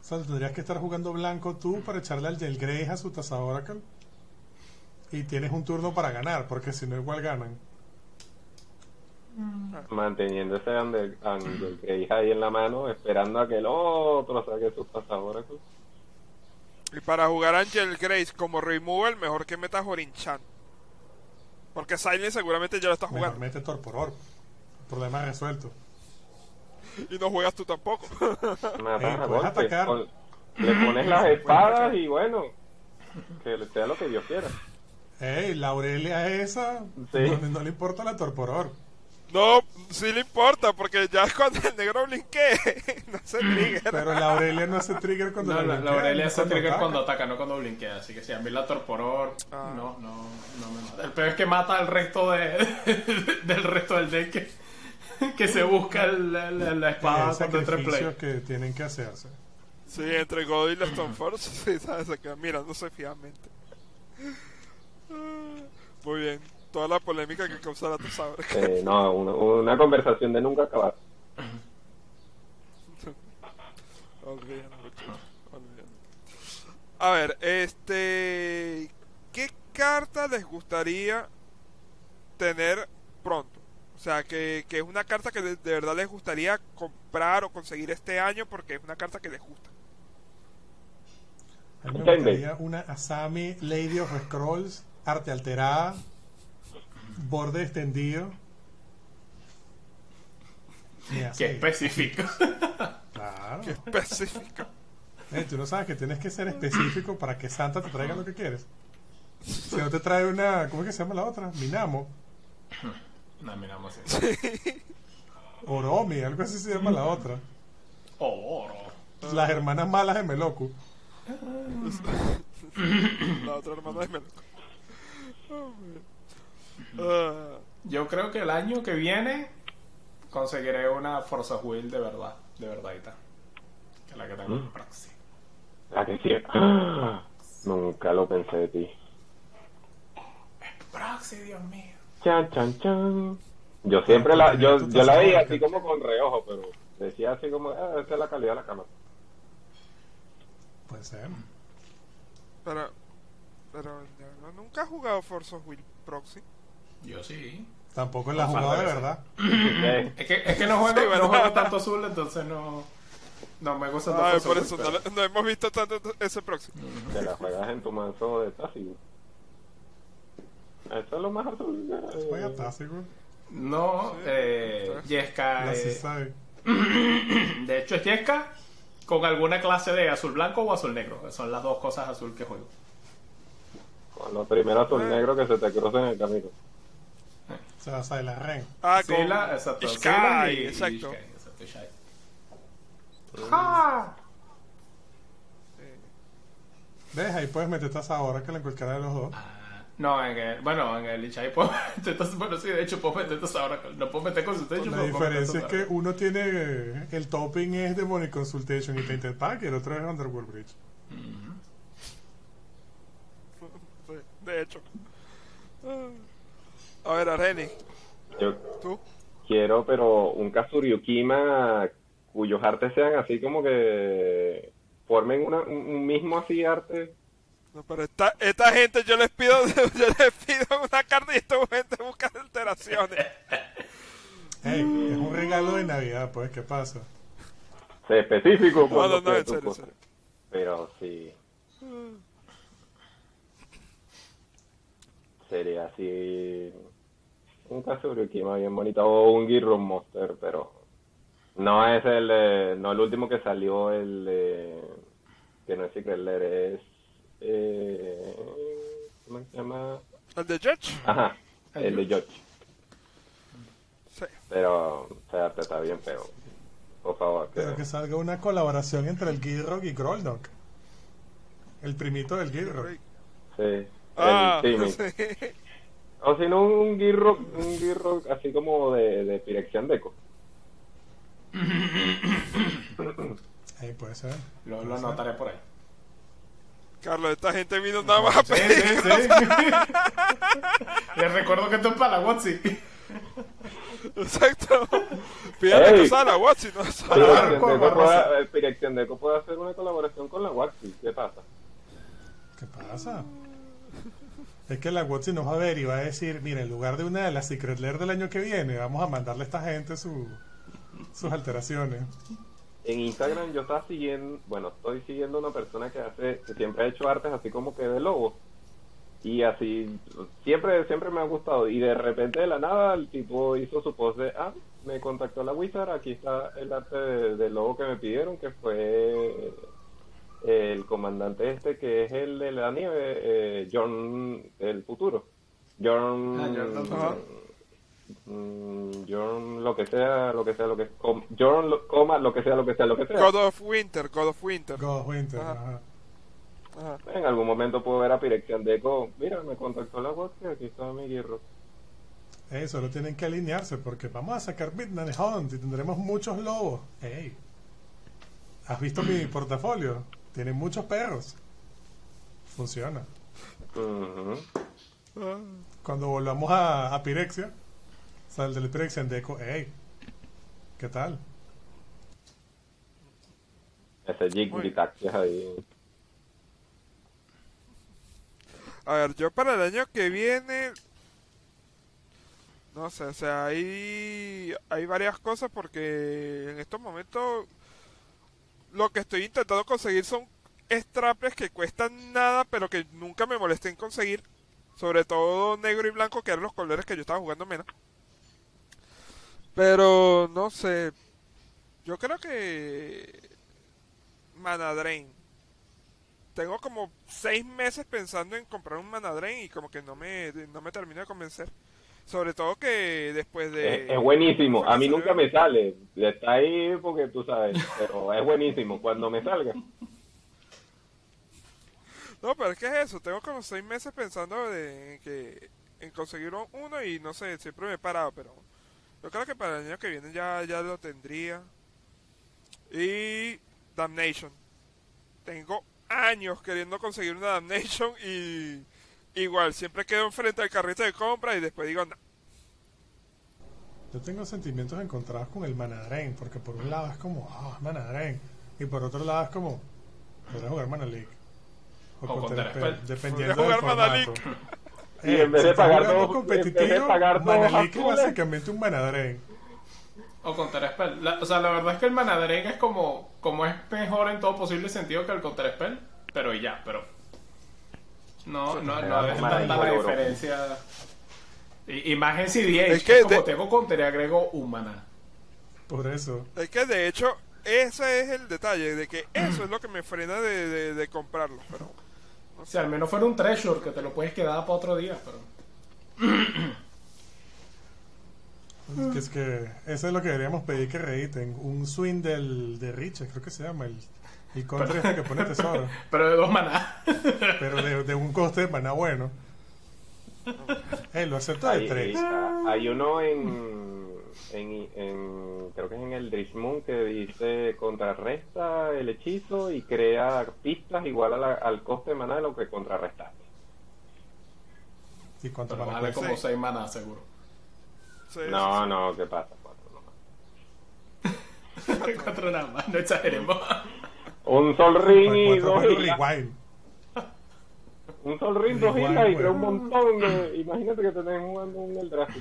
[SPEAKER 3] O sea, tendrías que estar jugando blanco tú para echarle al Del Grey a su tasadora. que- Y tienes un turno para ganar, porque si no igual ganan.
[SPEAKER 4] Manteniendo ese Angel
[SPEAKER 3] Mm.
[SPEAKER 4] Angel Grey ahí en la mano, esperando a que el otro saque sus pasadoras.
[SPEAKER 2] Y para jugar Angel Grace como removal, mejor que metas Orinchan. Porque Silent seguramente ya lo estás
[SPEAKER 3] Mejor
[SPEAKER 2] jugando.
[SPEAKER 3] mete Torporor. Problema resuelto.
[SPEAKER 2] Y no juegas tú tampoco.
[SPEAKER 4] Matas a
[SPEAKER 3] pues, puedes
[SPEAKER 4] golpes.
[SPEAKER 3] atacar.
[SPEAKER 4] Con- le pones las espadas y bueno, que sea lo que Dios quiera.
[SPEAKER 3] Ey, la Aurelia esa,
[SPEAKER 4] Sí.
[SPEAKER 3] no, no le importa la torporor.
[SPEAKER 2] no, sí le importa, porque ya es cuando el negro blinquee. no se trigger.
[SPEAKER 3] Pero la Aurelia no hace trigger cuando
[SPEAKER 1] No, la, la
[SPEAKER 3] bloquean,
[SPEAKER 1] Aurelia se
[SPEAKER 3] cuando
[SPEAKER 1] trigger
[SPEAKER 3] ataca.
[SPEAKER 1] cuando ataca, no cuando blinkea. Así que si a mí la torporor,
[SPEAKER 2] Ah.
[SPEAKER 1] no, no, no me mata. El peor es que mata al resto de, del resto del deck que, que se busca la, la- la espada
[SPEAKER 3] Eh,
[SPEAKER 1] cuando entra en play.
[SPEAKER 3] sacrificios que tienen que hacerse.
[SPEAKER 2] Sí, entre God y la Stone Force, sí, ¿sabes? Se queda mirándose fijamente. Ah, Muy bien. Toda la polémica que causa la tasadora.
[SPEAKER 4] Eh, no, una, una conversación de nunca acabar.
[SPEAKER 2] Olvídalo, muchacho, olvídalo. A ver, este. ¿Qué carta les gustaría tener pronto? O sea, que, que es una carta que de, de verdad les gustaría comprar o conseguir este año porque es una carta que les gusta.
[SPEAKER 3] A mí me
[SPEAKER 4] Time
[SPEAKER 3] gustaría una Asami Lady of Scrolls, arte alterada, borde extendido. Ni así.
[SPEAKER 1] Qué específico.
[SPEAKER 3] Claro.
[SPEAKER 2] Específica.
[SPEAKER 3] Eh, tú no sabes que tienes que ser específico para que Santa te traiga lo que quieres. Si no te trae una, ¿cómo es que se llama la otra? Minamo,
[SPEAKER 1] No, mira, vamos a
[SPEAKER 3] Oromi, algo así se llama la otra.
[SPEAKER 1] Oh, oro.
[SPEAKER 3] Las hermanas malas de Meloku.
[SPEAKER 2] La otra hermana de Melco. Oh, man. Ah,
[SPEAKER 1] Yo creo que el año que viene conseguiré una Forza Wheel de verdad, de verdadita. Que es la que tengo
[SPEAKER 2] Mm.
[SPEAKER 1] en Praxis.
[SPEAKER 4] La que sí. Nunca lo pensé de ti.
[SPEAKER 1] Praxis, Dios mío.
[SPEAKER 4] Chan, chan, chan.
[SPEAKER 3] Ah,
[SPEAKER 4] Yo
[SPEAKER 3] pues,
[SPEAKER 4] siempre la, yo, yo la veía así como con reojo, pero decía así como, ah, esa es la calidad de la cama.
[SPEAKER 3] Puede ser.
[SPEAKER 2] pero. Pero yo no- nunca he jugado Force of Will Proxy.
[SPEAKER 1] Yo sí.
[SPEAKER 3] Tampoco la
[SPEAKER 1] Un par
[SPEAKER 3] jugada
[SPEAKER 1] de
[SPEAKER 3] de
[SPEAKER 1] veces.
[SPEAKER 3] verdad.
[SPEAKER 4] Eh,
[SPEAKER 1] Es que, es que no juego,
[SPEAKER 2] Sí,
[SPEAKER 1] no
[SPEAKER 2] ¿verdad?
[SPEAKER 1] juego tanto azul, entonces no, no me gusta tanto
[SPEAKER 2] Ay,
[SPEAKER 1] azul.
[SPEAKER 2] Ah, por eso no, le- no hemos visto tanto t- ese Proxy.
[SPEAKER 4] te la juegas en tu manso de taxi. Eso es lo más azul. eh.
[SPEAKER 3] Juega tásico.
[SPEAKER 1] No, eh, Yesca.
[SPEAKER 3] La sí
[SPEAKER 1] eh,
[SPEAKER 3] sabe.
[SPEAKER 1] de hecho, es Yesca con alguna clase de azul blanco o azul negro. Son las dos cosas azul que juego.
[SPEAKER 4] Con los primeros azul negro que se te cruzan en el camino.
[SPEAKER 3] O sea, Silent Ren.
[SPEAKER 2] Ah, con
[SPEAKER 1] Sela, exacto.
[SPEAKER 2] Sky,
[SPEAKER 1] Sela y- y
[SPEAKER 2] exacto.
[SPEAKER 1] Sky, exacto, Sky.
[SPEAKER 3] ¿Ves? Ahí puedes meterte a Sahora que la cualquiera de los dos.
[SPEAKER 1] Ah, No, en el, bueno, en el Ichai puedo entonces, bueno, sí, de hecho puedo meter esta ahora, no puedo meter consultation,
[SPEAKER 3] La
[SPEAKER 1] pero puedo meter
[SPEAKER 3] diferencia es que
[SPEAKER 1] Tazahora.
[SPEAKER 3] uno tiene. eh, El topping es Demonic Consultation y Tainted Pack y el otro es Underworld Bridge.
[SPEAKER 2] Sí, de hecho. Ah. A ver, Areni,
[SPEAKER 4] Yo
[SPEAKER 2] tú.
[SPEAKER 4] quiero, pero un Kazuryukima cuyos artes sean así como que formen una- un un mismo así arte.
[SPEAKER 2] No, pero esta, esta gente yo les pido yo les pido una carta y esta gente busca alteraciones.
[SPEAKER 3] Ey, es un regalo de Navidad, pues, ¿qué pasa?
[SPEAKER 4] Sé específico.
[SPEAKER 2] No,
[SPEAKER 4] cuando
[SPEAKER 2] no, no,
[SPEAKER 4] sea
[SPEAKER 2] en
[SPEAKER 4] tu
[SPEAKER 2] serio, en
[SPEAKER 4] cosa.
[SPEAKER 2] serio.
[SPEAKER 4] Pero sí. Sería así. Un Kazuryukima bien bonito. O un Gyro Monster, pero. No es el. eh, no el último que salió, el. eh, que no es Secret Lair, es. eh, ¿Cómo se llama?
[SPEAKER 2] El de Judge.
[SPEAKER 4] Ajá,
[SPEAKER 1] El
[SPEAKER 4] el de George.
[SPEAKER 2] Sí.
[SPEAKER 4] Pero. O sea, te está bien feo. Por favor, que.
[SPEAKER 3] Pero que salga una colaboración entre el Gilrock y Groldok. El primito del Gilrock.
[SPEAKER 4] Sí. El
[SPEAKER 2] Ah,
[SPEAKER 4] Timmy.
[SPEAKER 2] sí.
[SPEAKER 4] O si no, un Girro, un Girro así como de, de Pirexian Deco.
[SPEAKER 3] Ahí puede ser.
[SPEAKER 1] Lo, lo anotaré por ahí.
[SPEAKER 2] Carlos, esta gente vino nada más a
[SPEAKER 1] Sí,
[SPEAKER 2] pedir.
[SPEAKER 1] sí, sí. Les recuerdo que esto es para la Watsi.
[SPEAKER 2] Exacto. Pídale
[SPEAKER 4] Ey.
[SPEAKER 2] cosas a la Watsi, no
[SPEAKER 1] Sí.
[SPEAKER 2] solo.
[SPEAKER 1] Claro,
[SPEAKER 4] Pirexian
[SPEAKER 1] con
[SPEAKER 4] Deco
[SPEAKER 1] Barbosa.
[SPEAKER 4] puede- el Pirexian Deco puede hacer una colaboración con la Waxi. ¿Qué pasa?
[SPEAKER 3] ¿Qué pasa? Es que la Watsi nos va a ver y va a decir, mira, en lugar de una de las Secret Lair del año que viene, vamos a mandarle a esta gente su- sus alteraciones.
[SPEAKER 4] En Instagram yo estaba siguiendo, bueno, estoy siguiendo una persona que hace, que siempre ha hecho artes así como que de lobo. Y así, siempre, siempre me ha gustado. Y de repente de la nada el tipo hizo su post de, ah, me contactó la Wizard, aquí está el arte de, de lobo que me pidieron, que fue el comandante este, que es el de la nieve, eh, John, el futuro. John,
[SPEAKER 1] Ah, John del futuro.
[SPEAKER 4] Mm, Jorn, lo que sea, lo que sea, lo que com- Jorn, lo- coma, lo que sea, lo que sea, lo que sea.
[SPEAKER 2] God of Winter, God of Winter.
[SPEAKER 3] God of Winter.
[SPEAKER 2] Ajá.
[SPEAKER 3] ajá.
[SPEAKER 2] Ajá.
[SPEAKER 4] En algún momento puedo ver a Pirexian Deco. Mira, me contactó la voz que aquí está mi guirro.
[SPEAKER 3] Ey, solo tienen que alinearse porque vamos a sacar Midnight Hunt y tendremos muchos lobos. Ey, ¿has visto mi portafolio? Tiene muchos perros. Funciona.
[SPEAKER 4] Ujú.
[SPEAKER 3] Cuando volvamos a, a Pirexia, sal del Pirexia en Deco. Ey, ¿qué tal?
[SPEAKER 4] Ese jig
[SPEAKER 2] Muy bien.
[SPEAKER 4] que es ahí.
[SPEAKER 2] A ver, yo para el año que viene. No sé, o sea, hay, hay varias cosas porque en estos momentos lo que estoy intentando conseguir son straples que cuestan nada, pero que nunca me molesté en conseguir. Sobre todo negro y blanco, que eran los colores que yo estaba jugando menos. Pero no sé, yo creo que Mana Drain tengo como seis meses pensando en comprar un Manadren y como que no me, no me termino de convencer. Sobre todo que después
[SPEAKER 4] Es,
[SPEAKER 2] de...
[SPEAKER 4] es buenísimo. A mí
[SPEAKER 2] salió-
[SPEAKER 4] nunca me sale. Está ahí porque tú sabes. Pero es buenísimo. Cuando me salga.
[SPEAKER 2] No, pero es que es eso. Tengo como seis meses pensando de, en que, en conseguir un- uno y no sé, siempre me he parado, pero yo creo que para el año que viene ya, ya lo tendría. Y Damnation. Tengo años queriendo conseguir una Damnation y igual, siempre quedo enfrente al carrito de compra y después digo, no,
[SPEAKER 3] Yo tengo sentimientos encontrados con el Manadren, porque por un lado es como, ah, es Manadren, y por otro lado es como, podrás jugar Mana League.
[SPEAKER 1] O Counterspell.
[SPEAKER 3] Pe- dependiendo
[SPEAKER 2] Podrás
[SPEAKER 3] del
[SPEAKER 2] jugar Mana
[SPEAKER 3] formato. Eh,
[SPEAKER 4] Y en vez de
[SPEAKER 3] si estás
[SPEAKER 4] pagar
[SPEAKER 3] jugando
[SPEAKER 4] dos- en vez de
[SPEAKER 3] competitivo,
[SPEAKER 4] pagar
[SPEAKER 3] Mana
[SPEAKER 4] dos
[SPEAKER 3] League es
[SPEAKER 4] azules.
[SPEAKER 3] básicamente un Manadren.
[SPEAKER 1] O Counter Spell. La- o sea, la verdad es que el Manadrega es como, como es mejor en todo posible sentido que el Counter Spell, pero y ya, pero. No, no, no,
[SPEAKER 4] Manadrega
[SPEAKER 1] es
[SPEAKER 4] es
[SPEAKER 1] tanta la
[SPEAKER 4] Manadrega, bro.
[SPEAKER 1] diferencia. Y, y más en CDH,
[SPEAKER 2] Es
[SPEAKER 1] es
[SPEAKER 2] que
[SPEAKER 1] como
[SPEAKER 2] de-
[SPEAKER 1] tengo Counter y agrego un maná.
[SPEAKER 3] Por eso.
[SPEAKER 2] Es que de hecho, ese es el detalle, de que eso es lo que me frena de, de, de comprarlo. Pero,
[SPEAKER 1] O sea, al menos fuera un treasure que te lo puedes quedar para otro día, pero.
[SPEAKER 3] Que es que eso es lo que deberíamos pedir que reediten. Un swing del, de Richard, creo que se llama. El, el country este que pone tesoro.
[SPEAKER 1] Pero de dos maná.
[SPEAKER 3] Pero de, de un coste de maná bueno. Eh, lo acepto de
[SPEAKER 4] Hay,
[SPEAKER 3] tres.
[SPEAKER 4] hay- hay uno en, en, en- Creo que es en el Drismund que dice contrarresta el hechizo y crea pistas igual a la- al coste de maná de lo que contrarrestaste.
[SPEAKER 3] ¿Y cuánto
[SPEAKER 1] Pero
[SPEAKER 3] maná
[SPEAKER 1] vale
[SPEAKER 3] cuesta?
[SPEAKER 1] como
[SPEAKER 2] pues sí.
[SPEAKER 1] seis maná, seguro.
[SPEAKER 2] Sí,
[SPEAKER 4] No, no, ¿qué pasa? Cuatro, no.
[SPEAKER 1] Cuatro nada más, no exageremos.
[SPEAKER 4] Un sol ring y
[SPEAKER 3] Pues Cuatro
[SPEAKER 4] dos
[SPEAKER 3] maná
[SPEAKER 4] islas.
[SPEAKER 3] rewind.
[SPEAKER 4] Un sol ring, dos
[SPEAKER 3] Igual,
[SPEAKER 4] islas y
[SPEAKER 3] güey.
[SPEAKER 4] crea un montón. de- imagínate que te estén jugando un Eldrazi.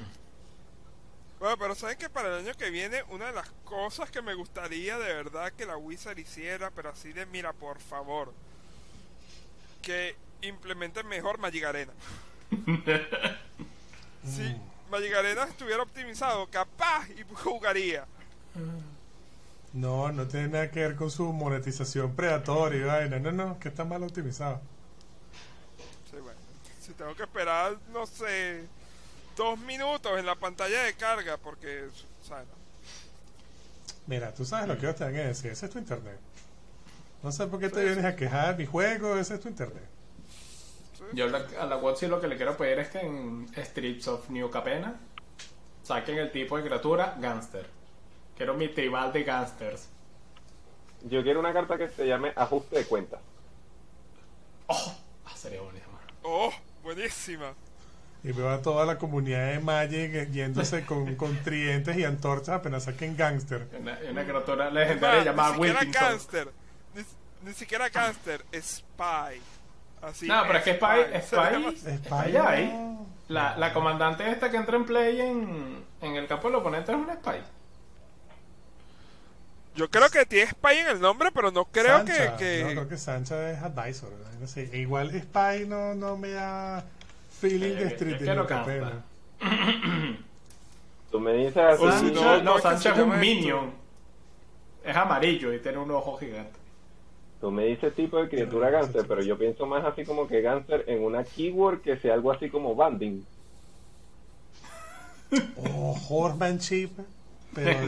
[SPEAKER 2] Bueno, pero saben que para el año que viene una de las cosas que me gustaría de verdad que la Wizard hiciera, pero así de mira, por favor, que implementen mejor Magic Arena. si Magic Arena estuviera optimizado, capaz y jugaría.
[SPEAKER 3] No, no tiene nada que ver con su monetización predatoria y vaina. No, no, que está mal optimizado.
[SPEAKER 2] Sí, bueno, si tengo que esperar, no sé, dos minutos en la pantalla de carga, porque, o sea, no.
[SPEAKER 3] Mira, tú sabes lo que yo te van a decir. Ese es tu internet. No sé por qué te vienes a quejar de mi juego. Ese es tu internet.
[SPEAKER 1] Yo la- a la Watsi lo que le quiero pedir es que en Strips of New Capena saquen el tipo de criatura Gangster. Quiero mi tribal de Gangsters.
[SPEAKER 4] Yo quiero una carta que se llame ajuste de cuentas.
[SPEAKER 1] ¡Oh! Ah, sería bonito, mano.
[SPEAKER 2] Oh, buenísima.
[SPEAKER 3] Y veo a toda la comunidad de Magic eh, yéndose con, con tridentes y antorchas apenas saquen gangster.
[SPEAKER 1] Una, una criatura
[SPEAKER 2] Ah,
[SPEAKER 1] legendaria llamada
[SPEAKER 2] ni siquiera
[SPEAKER 1] Wilkinson.
[SPEAKER 2] Gangster. Ni, ni siquiera Gangster. Spy. Así.
[SPEAKER 1] No, pero es que Spy,
[SPEAKER 2] Se llama-
[SPEAKER 1] Spy, Spy ya ahí. La, la comandante esta que entra en play en, en el campo del oponente es una Spy.
[SPEAKER 2] Yo creo que tiene Spy en el nombre, pero no creo que,
[SPEAKER 3] Sancha,
[SPEAKER 2] que-
[SPEAKER 3] No, creo que Sancha es advisor. ¿verdad? No sé, igual Spy no, no me da feeling
[SPEAKER 1] Eh,
[SPEAKER 3] de
[SPEAKER 1] que-
[SPEAKER 3] street.
[SPEAKER 1] que
[SPEAKER 3] de
[SPEAKER 1] lo
[SPEAKER 3] mi
[SPEAKER 1] canta.
[SPEAKER 3] capela.
[SPEAKER 4] Tú me dices así.
[SPEAKER 2] O Pues si
[SPEAKER 1] Sancho-
[SPEAKER 2] no,
[SPEAKER 1] no,
[SPEAKER 2] ¿cómo es que
[SPEAKER 1] Sancho
[SPEAKER 2] se
[SPEAKER 1] es un
[SPEAKER 2] llama esto?
[SPEAKER 1] minion. Es amarillo y tiene un ojo gigante.
[SPEAKER 4] Tú me dices tipo de criatura gánster, pero yo pienso más así como que gánster en una keyword que sea algo así como banding.
[SPEAKER 3] O Horsemanship, pero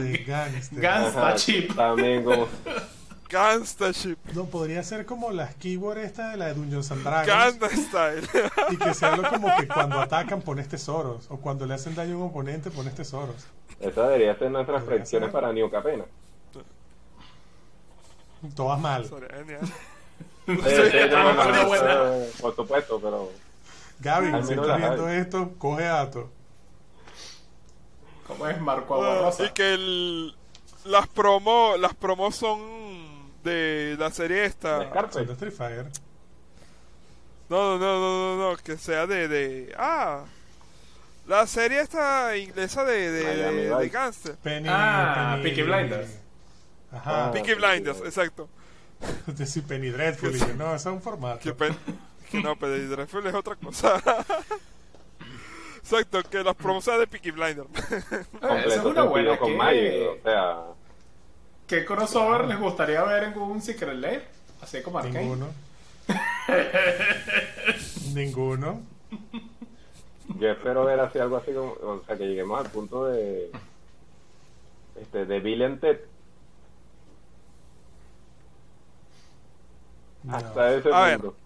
[SPEAKER 3] de gangster.
[SPEAKER 1] Gangster. Está
[SPEAKER 4] Ajá,
[SPEAKER 1] cheap.
[SPEAKER 4] También como...
[SPEAKER 2] Gangstership.
[SPEAKER 3] No, podría ser como las keyboard esta de la de Dungeons and Dragons.
[SPEAKER 2] Gangster Style.
[SPEAKER 3] Y que sea algo como que cuando atacan pones tesoros. O cuando le hacen daño a un oponente este pones tesoros.
[SPEAKER 4] Esa debería ser nuestras
[SPEAKER 3] Podría
[SPEAKER 4] predicciones
[SPEAKER 3] ser.
[SPEAKER 4] para New Capena.
[SPEAKER 3] Todas mal.
[SPEAKER 2] Sería genial.
[SPEAKER 4] Sí, sí, no, no, no,
[SPEAKER 1] una
[SPEAKER 4] no,
[SPEAKER 1] buena.
[SPEAKER 4] eh, Por supuesto, pero...
[SPEAKER 3] Gaby,
[SPEAKER 4] Al
[SPEAKER 3] si
[SPEAKER 4] menos
[SPEAKER 3] estás
[SPEAKER 4] la
[SPEAKER 3] viendo
[SPEAKER 4] Gaby.
[SPEAKER 3] esto, coge dato.
[SPEAKER 1] ¿Cómo es Marco Aguarrosa?
[SPEAKER 2] Ah, y que el- las promo las promos son de la serie
[SPEAKER 1] Ah,
[SPEAKER 4] de
[SPEAKER 2] esta.
[SPEAKER 3] Son de
[SPEAKER 4] Scarface.
[SPEAKER 3] Street Fighter.
[SPEAKER 2] No, no, no, no, no, no, que sea de, de- ah, la serie esta inglesa de de, de-
[SPEAKER 4] Miami
[SPEAKER 2] de
[SPEAKER 4] Vice.
[SPEAKER 2] Gangster.
[SPEAKER 3] Penny.
[SPEAKER 1] Ah,
[SPEAKER 3] Penny-
[SPEAKER 1] Peaky Blinders.
[SPEAKER 3] Ajá.
[SPEAKER 4] Ah.
[SPEAKER 2] Peaky Blinders, exacto.
[SPEAKER 3] Yo soy Penny Dreadful. Y yo, no, eso es un formato.
[SPEAKER 2] Que, pe- que no, pero el Dreyfus es otra cosa. Exacto, que las promos sean de Peaky Blinder.
[SPEAKER 1] Ah, Esa es
[SPEAKER 4] Completo
[SPEAKER 1] una buena.
[SPEAKER 4] sentido con
[SPEAKER 1] ¿Qué-
[SPEAKER 4] Magic, o sea...
[SPEAKER 1] ¿Qué crossover les gustaría ver en un Secret Lair? Así como Arcane.
[SPEAKER 3] Ninguno. Ninguno.
[SPEAKER 4] Yo espero ver así algo así como... O sea, que lleguemos al punto de... Este, de Bill and Ted.
[SPEAKER 3] No,
[SPEAKER 4] Hasta ese
[SPEAKER 2] A ver.
[SPEAKER 4] punto.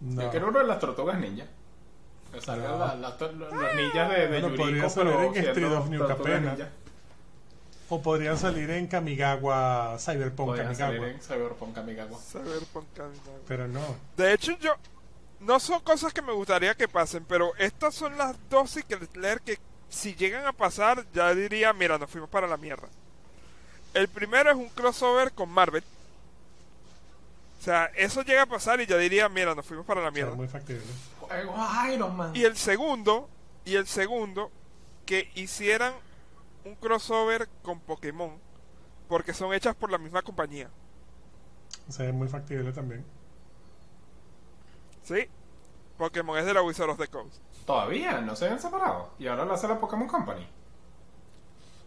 [SPEAKER 3] no.
[SPEAKER 1] Yo quiero uno de las tortugas ninja. Que salgan
[SPEAKER 3] No.
[SPEAKER 1] la- las tor- los ninjas de, de
[SPEAKER 3] Bueno,
[SPEAKER 1] Yuriko,
[SPEAKER 3] podría salir
[SPEAKER 1] pero
[SPEAKER 3] en Street of New
[SPEAKER 1] tortugas
[SPEAKER 3] Capena.
[SPEAKER 1] ninja.
[SPEAKER 3] O podrían salir en Kamigawa, Cyberpunk
[SPEAKER 1] Podrían
[SPEAKER 3] Kamigawa.
[SPEAKER 1] salir en Cyberpunk Kamigawa.
[SPEAKER 2] Cyberpunk Kamigawa.
[SPEAKER 3] Pero no.
[SPEAKER 2] De hecho, yo. No son cosas que me gustaría que pasen, pero estas son las dos Secret Lair que si llegan a pasar, ya diría, mira, nos fuimos para la mierda. El primero es un crossover con Marvel. O sea, eso llega a pasar y ya diría, mira, nos fuimos para la
[SPEAKER 3] Es
[SPEAKER 2] mierda.
[SPEAKER 3] muy factible.
[SPEAKER 1] Juego a Iron Man.
[SPEAKER 2] Y el segundo, y el segundo, que hicieran un crossover con Pokémon, porque son hechas por la misma compañía.
[SPEAKER 3] O sea, es muy factible también.
[SPEAKER 2] ¿Sí? Pokémon es de la Wizard of the Coast.
[SPEAKER 1] Todavía no se habían separado. Y ahora lo hace la Pokémon Company.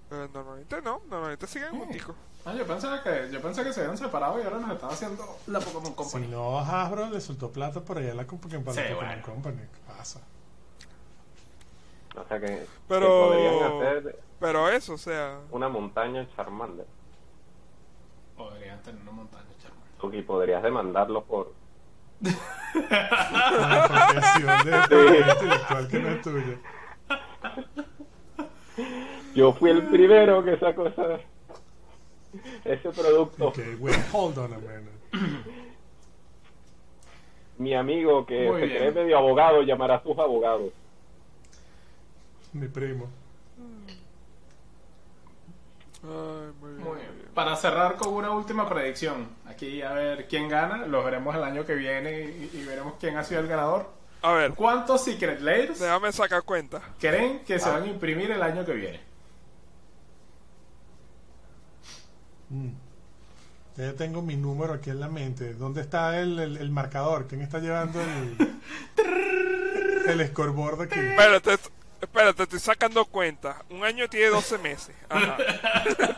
[SPEAKER 2] Pero Eh, normalmente no, normalmente siguen junticos.
[SPEAKER 1] Ah, yo pensaba que yo pensé que se habían separado y ahora nos están haciendo la Pokémon
[SPEAKER 3] Si
[SPEAKER 1] Company.
[SPEAKER 3] no, Hasbro le soltó plata por allá a la comp- que- para la
[SPEAKER 1] Sí,
[SPEAKER 3] Pokémon
[SPEAKER 1] bueno.
[SPEAKER 3] Company. ¿Qué pasa?
[SPEAKER 4] O sea que, que
[SPEAKER 2] Pero-
[SPEAKER 4] podrían hacer
[SPEAKER 2] Pero eso, o sea.
[SPEAKER 4] una montaña en Charmander.
[SPEAKER 1] Podrían tener una montaña Charmander.
[SPEAKER 4] Y podrías demandarlo por...
[SPEAKER 3] Una apropiación de propiedad intelectual que no es tuya.
[SPEAKER 4] Yo fui el primero que sacó esa- ese producto.
[SPEAKER 3] Ok, wait, hold on a minute.
[SPEAKER 4] Mi amigo que
[SPEAKER 1] Muy
[SPEAKER 4] se
[SPEAKER 1] bien.
[SPEAKER 4] cree medio abogado llamará a sus abogados.
[SPEAKER 3] Mi primo.
[SPEAKER 2] Ay, muy bien.
[SPEAKER 1] Muy bien. Eh, Para cerrar con una última predicción. Aquí a ver quién gana. Lo veremos el año que viene y, y veremos quién ha sido el ganador.
[SPEAKER 2] A ver,
[SPEAKER 1] ¿Cuántos Secret Layers
[SPEAKER 2] déjame sacar cuenta.
[SPEAKER 1] creen que se van a imprimir el año que viene?
[SPEAKER 3] Mm. Ya tengo mi número aquí en la mente. ¿Dónde está el, el- el marcador? ¿Quién está llevando el, el scoreboard aquí?
[SPEAKER 2] Espérate, est- espérate, estoy sacando cuenta. Un año tiene 12 meses. Ajá.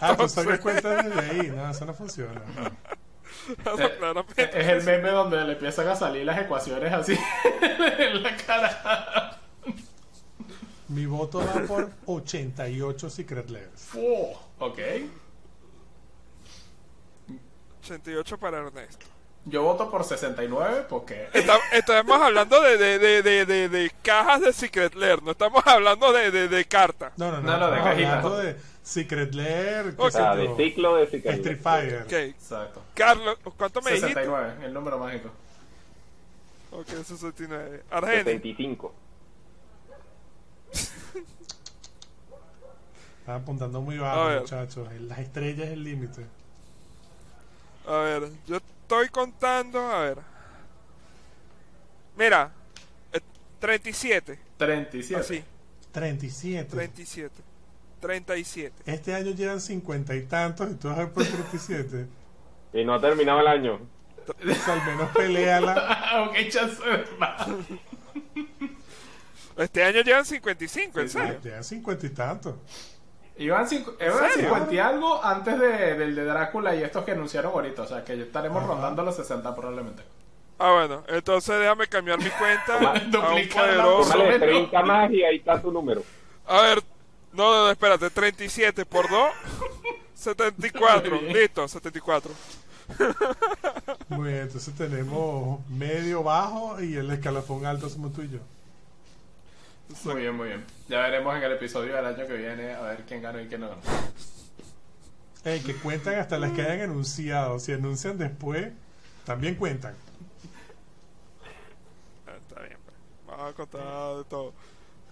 [SPEAKER 3] Ah, tú sacas cuenta desde ahí. No, eso no funciona.
[SPEAKER 2] Claramente.
[SPEAKER 1] Es el meme donde le empiezan a salir las ecuaciones así en la cara.
[SPEAKER 3] Mi voto va por 88 Secret Layers.
[SPEAKER 1] Fu. Ok.
[SPEAKER 2] 88 para Ernesto.
[SPEAKER 1] Yo voto por 69 porque...
[SPEAKER 2] Está- estamos hablando de, de, de, de, de- de cajas de Secret Lair, no estamos hablando de, de, de cartas.
[SPEAKER 3] No, no, no.
[SPEAKER 1] No, no, de
[SPEAKER 3] estamos
[SPEAKER 1] cajita.
[SPEAKER 3] hablando de Secret Layer, qué
[SPEAKER 2] Ok.
[SPEAKER 4] O
[SPEAKER 3] sé
[SPEAKER 4] sea,
[SPEAKER 3] yo,
[SPEAKER 4] de ciclo de
[SPEAKER 3] Street
[SPEAKER 4] cicatriz.
[SPEAKER 3] Fighter.
[SPEAKER 2] Ok,
[SPEAKER 1] Exacto.
[SPEAKER 2] Carlos, ¿cuánto me dijiste?
[SPEAKER 1] 69, el número mágico.
[SPEAKER 2] Ok, 69. Argeni,
[SPEAKER 4] 75.
[SPEAKER 3] Están apuntando muy
[SPEAKER 2] A
[SPEAKER 3] bajo,
[SPEAKER 2] ver.
[SPEAKER 3] muchachos. Las estrellas es el límite.
[SPEAKER 2] a ver, yo estoy contando, a ver. Mira, eh, 37,
[SPEAKER 1] 37.
[SPEAKER 2] así,
[SPEAKER 3] 37.
[SPEAKER 2] 37, 37.
[SPEAKER 3] Este año llevan 50 y tantos y tú vas a ver por 37.
[SPEAKER 4] Y no ha terminado el año.
[SPEAKER 3] O sea, Pues, al menos peleala.
[SPEAKER 1] Ah, ok, chance de más.
[SPEAKER 2] Este año llevan 55, ¿en
[SPEAKER 1] Sí,
[SPEAKER 2] serio?
[SPEAKER 3] Llevan 50 y tantos.
[SPEAKER 1] Iban, cincu- iban 50 y algo antes de, del de Drácula y estos que anunciaron ahorita. O sea, que estaremos
[SPEAKER 3] Ajá.
[SPEAKER 1] rondando los 60 probablemente.
[SPEAKER 2] Ah, bueno, entonces déjame cambiar mi cuenta a un
[SPEAKER 1] Duplicar la
[SPEAKER 2] poderoso.
[SPEAKER 1] Más o
[SPEAKER 4] Vale,
[SPEAKER 1] menos.
[SPEAKER 4] 30 más y ahí está tu número.
[SPEAKER 2] A ver, no, no, no, espérate, 37 por 2, 74,
[SPEAKER 1] Muy bien.
[SPEAKER 2] listo, 74.
[SPEAKER 3] Muy bien, entonces tenemos medio, bajo y el escalafón alto somos tú y yo.
[SPEAKER 1] Muy bien, muy bien. Ya veremos en el episodio del año que viene a ver quién ganó y quién no ganó.
[SPEAKER 3] Ey, que cuentan hasta las que hayan anunciado. Si anuncian después, también cuentan.
[SPEAKER 2] Ah, Está bien, pues, vamos a contar de todo.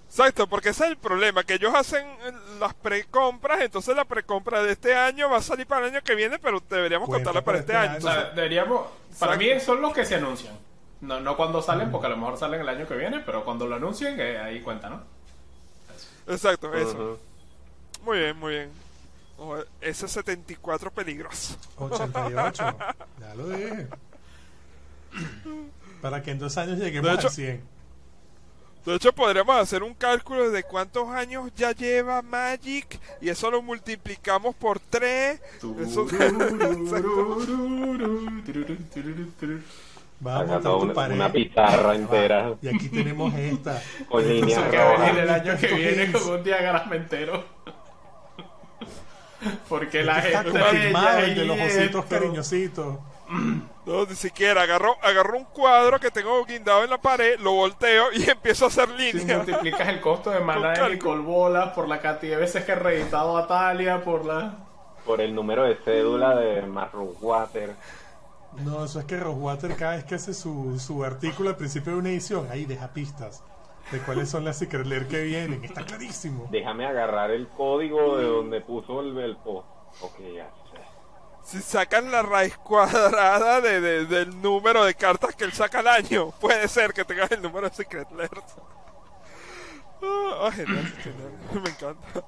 [SPEAKER 2] Exacto, porque ese es el problema, que ellos hacen eh, las precompras, entonces la precompra de este año va a salir para el año que viene, pero deberíamos
[SPEAKER 3] Cuenta
[SPEAKER 2] contarla para este
[SPEAKER 3] para
[SPEAKER 2] año.
[SPEAKER 3] este
[SPEAKER 1] O sea,
[SPEAKER 2] entonces-
[SPEAKER 1] deberíamos. Para
[SPEAKER 2] Exacto.
[SPEAKER 1] mí son los que se anuncian. No, no cuando salen, porque a lo mejor salen el año que viene, pero cuando lo anuncien, eh, ahí cuenta, ¿no?
[SPEAKER 2] exacto, eso.
[SPEAKER 4] Ujú.
[SPEAKER 2] Muy bien, muy bien. Oh, ese 74 peligroso.
[SPEAKER 3] 88. Ya lo dije. Para que en dos años lleguemos
[SPEAKER 2] De hecho-
[SPEAKER 3] al 100.
[SPEAKER 2] De hecho, podríamos hacer un cálculo de cuántos años ya lleva Magic y eso lo multiplicamos por 3. Eso...
[SPEAKER 3] Vamos a montar tu
[SPEAKER 4] Sacando
[SPEAKER 3] Ah.
[SPEAKER 4] una,
[SPEAKER 3] pared.
[SPEAKER 4] una pizarra entera
[SPEAKER 3] Y aquí tenemos esta.
[SPEAKER 4] con
[SPEAKER 1] Eso
[SPEAKER 4] líneas
[SPEAKER 1] que venir
[SPEAKER 4] rojas.
[SPEAKER 1] el año que
[SPEAKER 3] Estos
[SPEAKER 1] viene
[SPEAKER 3] hits.
[SPEAKER 1] con un diagrama entero. Porque la
[SPEAKER 3] Está
[SPEAKER 1] gente.
[SPEAKER 3] confirmado
[SPEAKER 1] ya
[SPEAKER 3] el de los
[SPEAKER 1] ahí
[SPEAKER 3] ositos
[SPEAKER 1] esto.
[SPEAKER 3] cariñositos.
[SPEAKER 2] No, ni siquiera. Agarro, agarro un cuadro que tengo guindado en la pared, lo volteo y empiezo a hacer
[SPEAKER 1] Si
[SPEAKER 2] líneas.
[SPEAKER 1] multiplicas el costo de maná de
[SPEAKER 2] cálculo.
[SPEAKER 1] Nicole Bola por la cantidad de veces que ha reeditado a Talia, por la.
[SPEAKER 4] Por el número de cédula de Marron Water.
[SPEAKER 3] No, eso es que Rosewater cada vez que hace su, su artículo al principio de una edición, ahí deja pistas de cuáles son las Secret Lair que vienen. Está clarísimo.
[SPEAKER 4] Déjame agarrar el código de donde puso el belpo. Ok, ya.
[SPEAKER 2] Si sacan la raíz cuadrada de, de- del número de cartas que él saca al año, puede ser que tengas el número de Secret Laird. Ah, ah, genial, genial. Me encanta.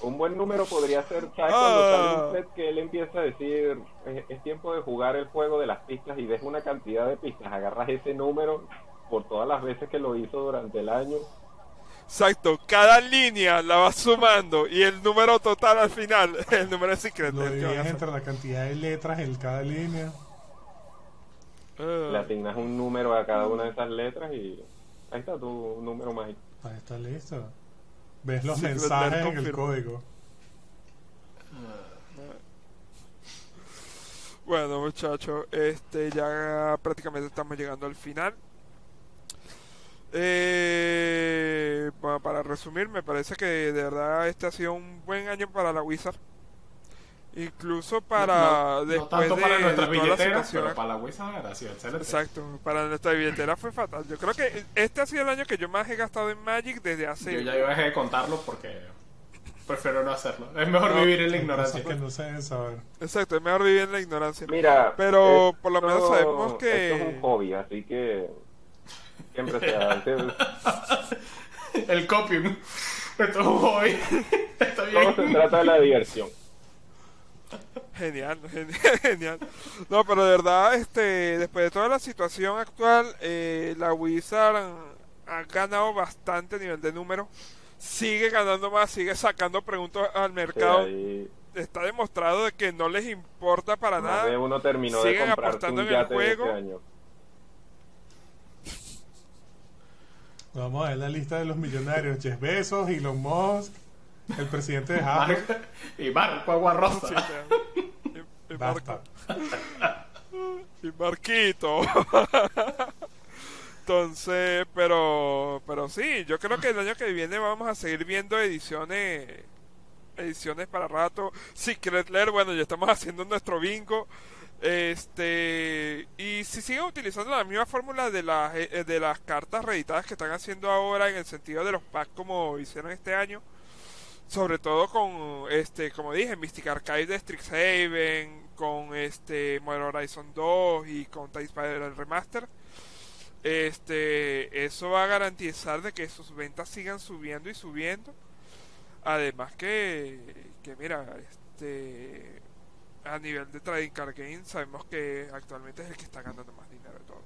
[SPEAKER 4] Un buen número podría ser, ¿sabes?
[SPEAKER 2] Ah.
[SPEAKER 4] Cuando sale un set que él empieza a decir, es, es tiempo de jugar el juego de las pistas y deja una cantidad de pistas. Agarras ese número por todas las veces que lo hizo durante el año.
[SPEAKER 2] Exacto, cada línea la vas sumando y el número total al final, el número de Secret
[SPEAKER 3] Lo
[SPEAKER 2] Lair que van a
[SPEAKER 3] divides
[SPEAKER 2] hacer.
[SPEAKER 3] entre la cantidad de letras en cada línea.
[SPEAKER 2] Ah.
[SPEAKER 4] Le asignas un número a cada una de esas letras y ahí está tu número mágico.
[SPEAKER 3] Ahí está listo. Ves los
[SPEAKER 2] Sí, lo- lo
[SPEAKER 3] mensajes en el
[SPEAKER 2] confirmo.
[SPEAKER 3] código.
[SPEAKER 2] Bueno, muchachos, este ya prácticamente estamos llegando al final. Eh, pa- para resumir, me parece que de verdad este ha sido un buen año para la Wizard. Incluso para
[SPEAKER 1] No- no
[SPEAKER 2] después
[SPEAKER 1] tanto
[SPEAKER 2] de,
[SPEAKER 1] para
[SPEAKER 2] de
[SPEAKER 1] nuestras
[SPEAKER 2] toda la
[SPEAKER 1] billeteras,
[SPEAKER 2] situación
[SPEAKER 1] pero para la Wizard ha sido excelente.
[SPEAKER 2] Exacto, para nuestra billetera fue fatal. Yo creo que este ha sido el año que yo más he gastado en Magic desde
[SPEAKER 1] Yo
[SPEAKER 2] hace...
[SPEAKER 1] ya dejé de contarlo porque prefiero no hacerlo. Es mejor
[SPEAKER 2] No,
[SPEAKER 1] vivir en la
[SPEAKER 3] Hay cosas
[SPEAKER 1] ignorancia.
[SPEAKER 2] pues.
[SPEAKER 3] que no se deben saber.
[SPEAKER 2] Exacto, es mejor vivir en la ignorancia.
[SPEAKER 4] Mira,
[SPEAKER 2] Pero, por lo menos
[SPEAKER 4] esto-
[SPEAKER 2] sabemos que-
[SPEAKER 4] esto es un hobby, así que siempre se Este, hace.
[SPEAKER 1] El copium. Esto es un hobby. Está
[SPEAKER 4] Todo se
[SPEAKER 1] bien.
[SPEAKER 4] trata de la diversión.
[SPEAKER 2] Genial, genial, genial. No, pero de verdad, este, después de toda la situación actual, eh, la Wizard ha ganado bastante a nivel de número. Sigue ganando más, sigue sacando preguntas al
[SPEAKER 4] Sí,
[SPEAKER 2] mercado.
[SPEAKER 4] ahí
[SPEAKER 2] Está demostrado de que no les importa para
[SPEAKER 4] más de
[SPEAKER 2] nada.
[SPEAKER 4] uno terminó de
[SPEAKER 2] Siguen
[SPEAKER 4] comprar
[SPEAKER 2] apostando
[SPEAKER 4] un
[SPEAKER 2] en el
[SPEAKER 4] yate
[SPEAKER 2] juego.
[SPEAKER 4] este año.
[SPEAKER 3] Vamos a ver la lista de los millonarios. Jeff Bezos, Elon Musk, el presidente de Apple.
[SPEAKER 1] Marco- Y Marco Aguarrosa.
[SPEAKER 2] Sí, ya. Y- y
[SPEAKER 3] Basta.
[SPEAKER 2] y Marquito. Entonces, pero, pero sí, yo creo que el año que viene vamos a seguir viendo ediciones, ediciones para rato. Secret Lair, bueno, ya estamos haciendo nuestro bingo. Este, y si siguen utilizando la misma fórmula de las, eh, de las cartas reeditadas que están haciendo ahora en el sentido de los packs como hicieron este año, sobre todo con este como dije Mystic Archive de Strixhaven con este Modern Horizon 2 y con Time Spider el remaster este eso va a garantizar de que sus ventas sigan subiendo y subiendo además que que mira este a nivel de trading card game sabemos que actualmente es el que está ganando más dinero de todo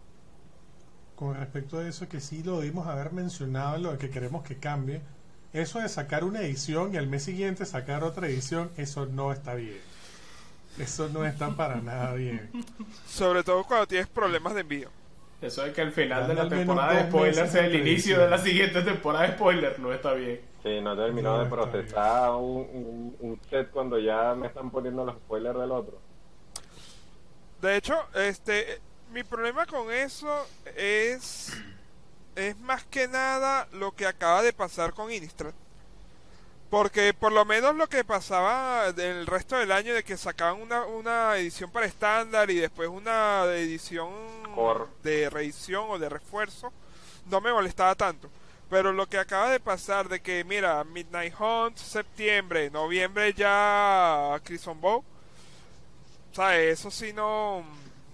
[SPEAKER 3] Con respecto a eso, que sí lo debimos haber mencionado, lo que queremos que cambie. Eso de sacar una edición y al mes siguiente sacar otra edición, eso no está bien. Eso no está para nada bien.
[SPEAKER 2] sobre todo cuando tienes problemas de envío
[SPEAKER 1] Eso es que el final de
[SPEAKER 3] Dame
[SPEAKER 1] la
[SPEAKER 3] al menos
[SPEAKER 1] temporada de
[SPEAKER 3] dos
[SPEAKER 1] spoiler
[SPEAKER 3] meses
[SPEAKER 1] sea
[SPEAKER 3] de
[SPEAKER 1] el inicio
[SPEAKER 3] previsión.
[SPEAKER 1] de la siguiente temporada de spoiler. No está bien.
[SPEAKER 4] Sí, no terminó
[SPEAKER 3] No,
[SPEAKER 4] de
[SPEAKER 3] está
[SPEAKER 4] procesar un, un- un set cuando ya me están poniendo los spoilers del otro.
[SPEAKER 2] De hecho, este, mi problema con eso es, es más que nada lo que acaba de pasar con Innistrad. Porque por lo menos lo que pasaba el resto del año de que sacaban una, una edición para estándar y después una de edición
[SPEAKER 4] Core.
[SPEAKER 2] de reedición o de refuerzo, no me molestaba tanto. Pero lo que acaba de pasar de que, mira, Midnight Hunt, septiembre, noviembre ya Crimson Bow, ¿sabes? Eso sí no,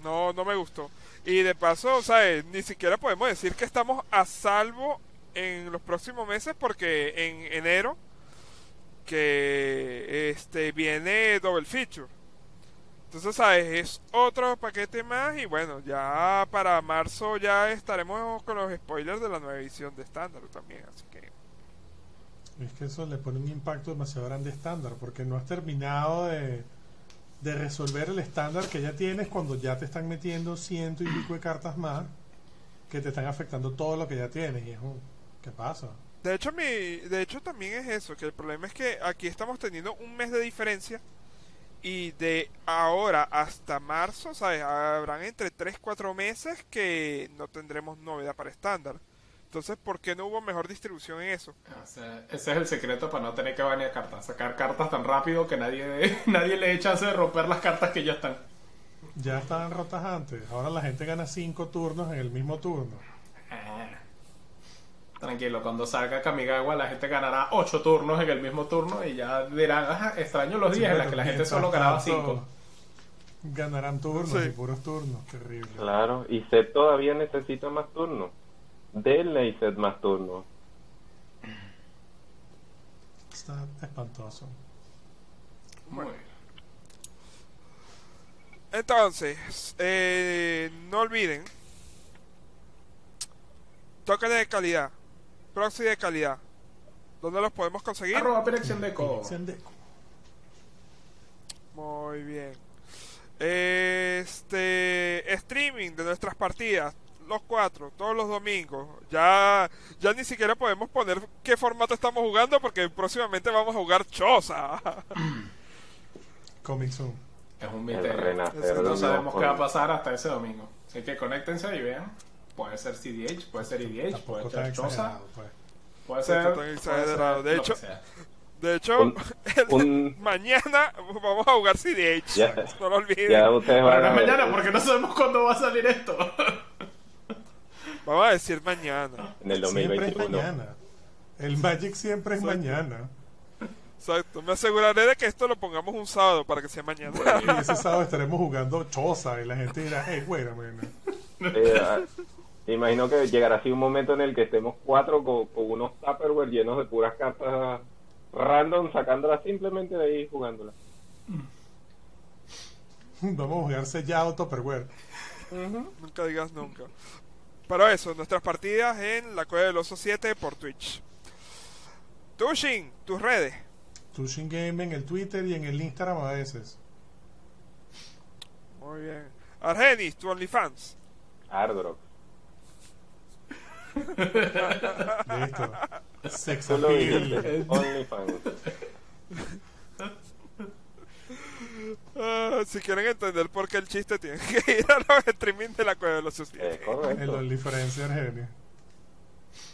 [SPEAKER 2] no, no me gustó. Y de paso, ¿sabes? Ni siquiera podemos decir que estamos a salvo en los próximos meses porque en enero que este viene Double Feature. Entonces, ¿sabes? Es otro paquete más y bueno, ya para marzo ya estaremos con los spoilers de la nueva edición de estándar también, así que...
[SPEAKER 3] Es que eso le pone un impacto demasiado grande a estándar, porque no has terminado de, de resolver el estándar que ya tienes cuando ya te están metiendo ciento y pico de cartas más que te están afectando todo lo que ya tienes. Y es un, ¿qué pasa?
[SPEAKER 2] De hecho, mi, de hecho también es eso, que el problema es que aquí estamos teniendo un mes de diferencia y de ahora hasta marzo, ¿sabes? Habrán entre 3, 4 meses que no tendremos novedad para estándar. Entonces, ¿por qué no hubo mejor distribución en eso?
[SPEAKER 1] Ah, O sea, ese es el secreto para no tener que banear cartas. Sacar cartas tan rápido que nadie, nadie le dé chance de romper las cartas que ya están.
[SPEAKER 3] Ya estaban rotas antes, ahora la gente gana cinco turnos en el mismo turno.
[SPEAKER 1] Ah. Tranquilo, cuando salga Kamigawa la gente ganará 8 turnos en el mismo turno y ya dirán, "Ah, extraño los
[SPEAKER 3] Sí,
[SPEAKER 1] 10 en las
[SPEAKER 3] pero
[SPEAKER 1] que la gente
[SPEAKER 3] mientras
[SPEAKER 1] solo ganaba
[SPEAKER 3] tanto,
[SPEAKER 1] 5.
[SPEAKER 3] Ganarán turnos
[SPEAKER 2] Sí.
[SPEAKER 3] y puros turnos, terrible.
[SPEAKER 4] Claro, y Seth todavía necesita más turnos. Denle a Seth más turnos.
[SPEAKER 3] Está espantoso.
[SPEAKER 2] Entonces, eh, no olviden, token de calidad, proxy de calidad. ¿Dónde los podemos conseguir?
[SPEAKER 1] Arroba Pirexion Deco.
[SPEAKER 3] Se han de-
[SPEAKER 2] Muy bien. Este streaming de nuestras partidas. los cuatro, todos los domingos. Ya, ya ni siquiera podemos poner qué formato estamos jugando porque próximamente vamos a jugar Choza.
[SPEAKER 3] Coming soon.
[SPEAKER 1] Es un
[SPEAKER 4] El
[SPEAKER 1] misterio.
[SPEAKER 4] renacer
[SPEAKER 2] Eso
[SPEAKER 4] de
[SPEAKER 1] No
[SPEAKER 4] los
[SPEAKER 1] sabemos qué va a
[SPEAKER 4] jóvenes.
[SPEAKER 1] pasar hasta ese domingo. Así que conéctense y vean. Puede ser CDH, puede ser IDH,
[SPEAKER 3] Tampoco
[SPEAKER 1] puede
[SPEAKER 3] tan
[SPEAKER 1] ser Chosa,
[SPEAKER 3] exagerado, pues.
[SPEAKER 1] puede ser.
[SPEAKER 2] Tampoco tan
[SPEAKER 1] puede ser
[SPEAKER 2] exagerado. De
[SPEAKER 1] lo que
[SPEAKER 2] hecho-
[SPEAKER 1] sea.
[SPEAKER 2] De hecho,
[SPEAKER 4] Un-
[SPEAKER 2] el-
[SPEAKER 4] un-
[SPEAKER 2] mañana vamos a jugar CDH.
[SPEAKER 4] Ya.
[SPEAKER 2] No lo olviden.
[SPEAKER 4] Ya ustedes
[SPEAKER 1] Pero
[SPEAKER 4] van
[SPEAKER 1] no
[SPEAKER 4] a
[SPEAKER 1] es
[SPEAKER 4] ver.
[SPEAKER 1] mañana porque no sabemos cuándo va a salir esto.
[SPEAKER 2] Vamos a decir mañana.
[SPEAKER 4] En el
[SPEAKER 3] Siempre es
[SPEAKER 4] 2021.
[SPEAKER 3] mañana. El Magic siempre es
[SPEAKER 2] Exacto.
[SPEAKER 3] mañana.
[SPEAKER 2] Exacto. Me aseguraré de que esto lo pongamos un sábado para que sea mañana.
[SPEAKER 3] Y ese sábado estaremos jugando choza y la gente dirá, hey, güera, bueno.
[SPEAKER 4] Eh, ah, imagino que llegará así un momento en el que estemos cuatro con, con unos Tupperware llenos de puras cartas random, sacándolas simplemente de ahí y jugándolas.
[SPEAKER 3] Vamos a jugar sellado Topperware.
[SPEAKER 2] Nunca digas nunca. Pero eso, nuestras partidas en la Cueva del Oso 7 por Twitch. Tushin, tus redes.
[SPEAKER 3] Tushin Game en el Twitter y en el Instagram a veces.
[SPEAKER 2] Muy bien. Argenis, tu OnlyFans.
[SPEAKER 4] Hardrock.
[SPEAKER 3] Listo. Sex
[SPEAKER 4] Tú lo
[SPEAKER 3] appeal.
[SPEAKER 4] dijiste. OnlyFans.
[SPEAKER 2] Ah, si quieren entender por qué el chiste, tienen que ir a los streaming de la Cueva del Oso 7.
[SPEAKER 4] Es Eh, correcto.
[SPEAKER 3] El OnlyFans de Argenia.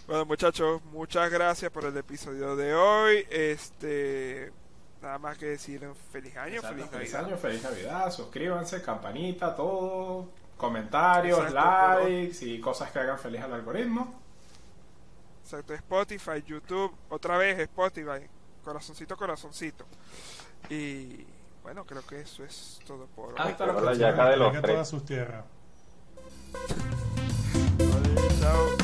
[SPEAKER 2] Bueno, muchachos, muchas gracias por el episodio de hoy. Este. Nada más que decir feliz año,
[SPEAKER 1] Exacto,
[SPEAKER 2] feliz
[SPEAKER 1] feliz
[SPEAKER 2] Navidad.
[SPEAKER 1] año, feliz Navidad, suscríbanse, campanita, todo, comentarios,
[SPEAKER 2] Exacto, todo.
[SPEAKER 1] likes y cosas que hagan feliz al algoritmo.
[SPEAKER 2] Exacto, Spotify, YouTube, otra vez Spotify. Corazoncito, corazoncito. Y bueno, creo que eso es todo por hoy.
[SPEAKER 1] Hasta la
[SPEAKER 4] Hola,
[SPEAKER 1] próxima.
[SPEAKER 4] ya acá de los
[SPEAKER 3] Venga a
[SPEAKER 4] tres.
[SPEAKER 3] todas sus tierras.
[SPEAKER 2] Vale, chao.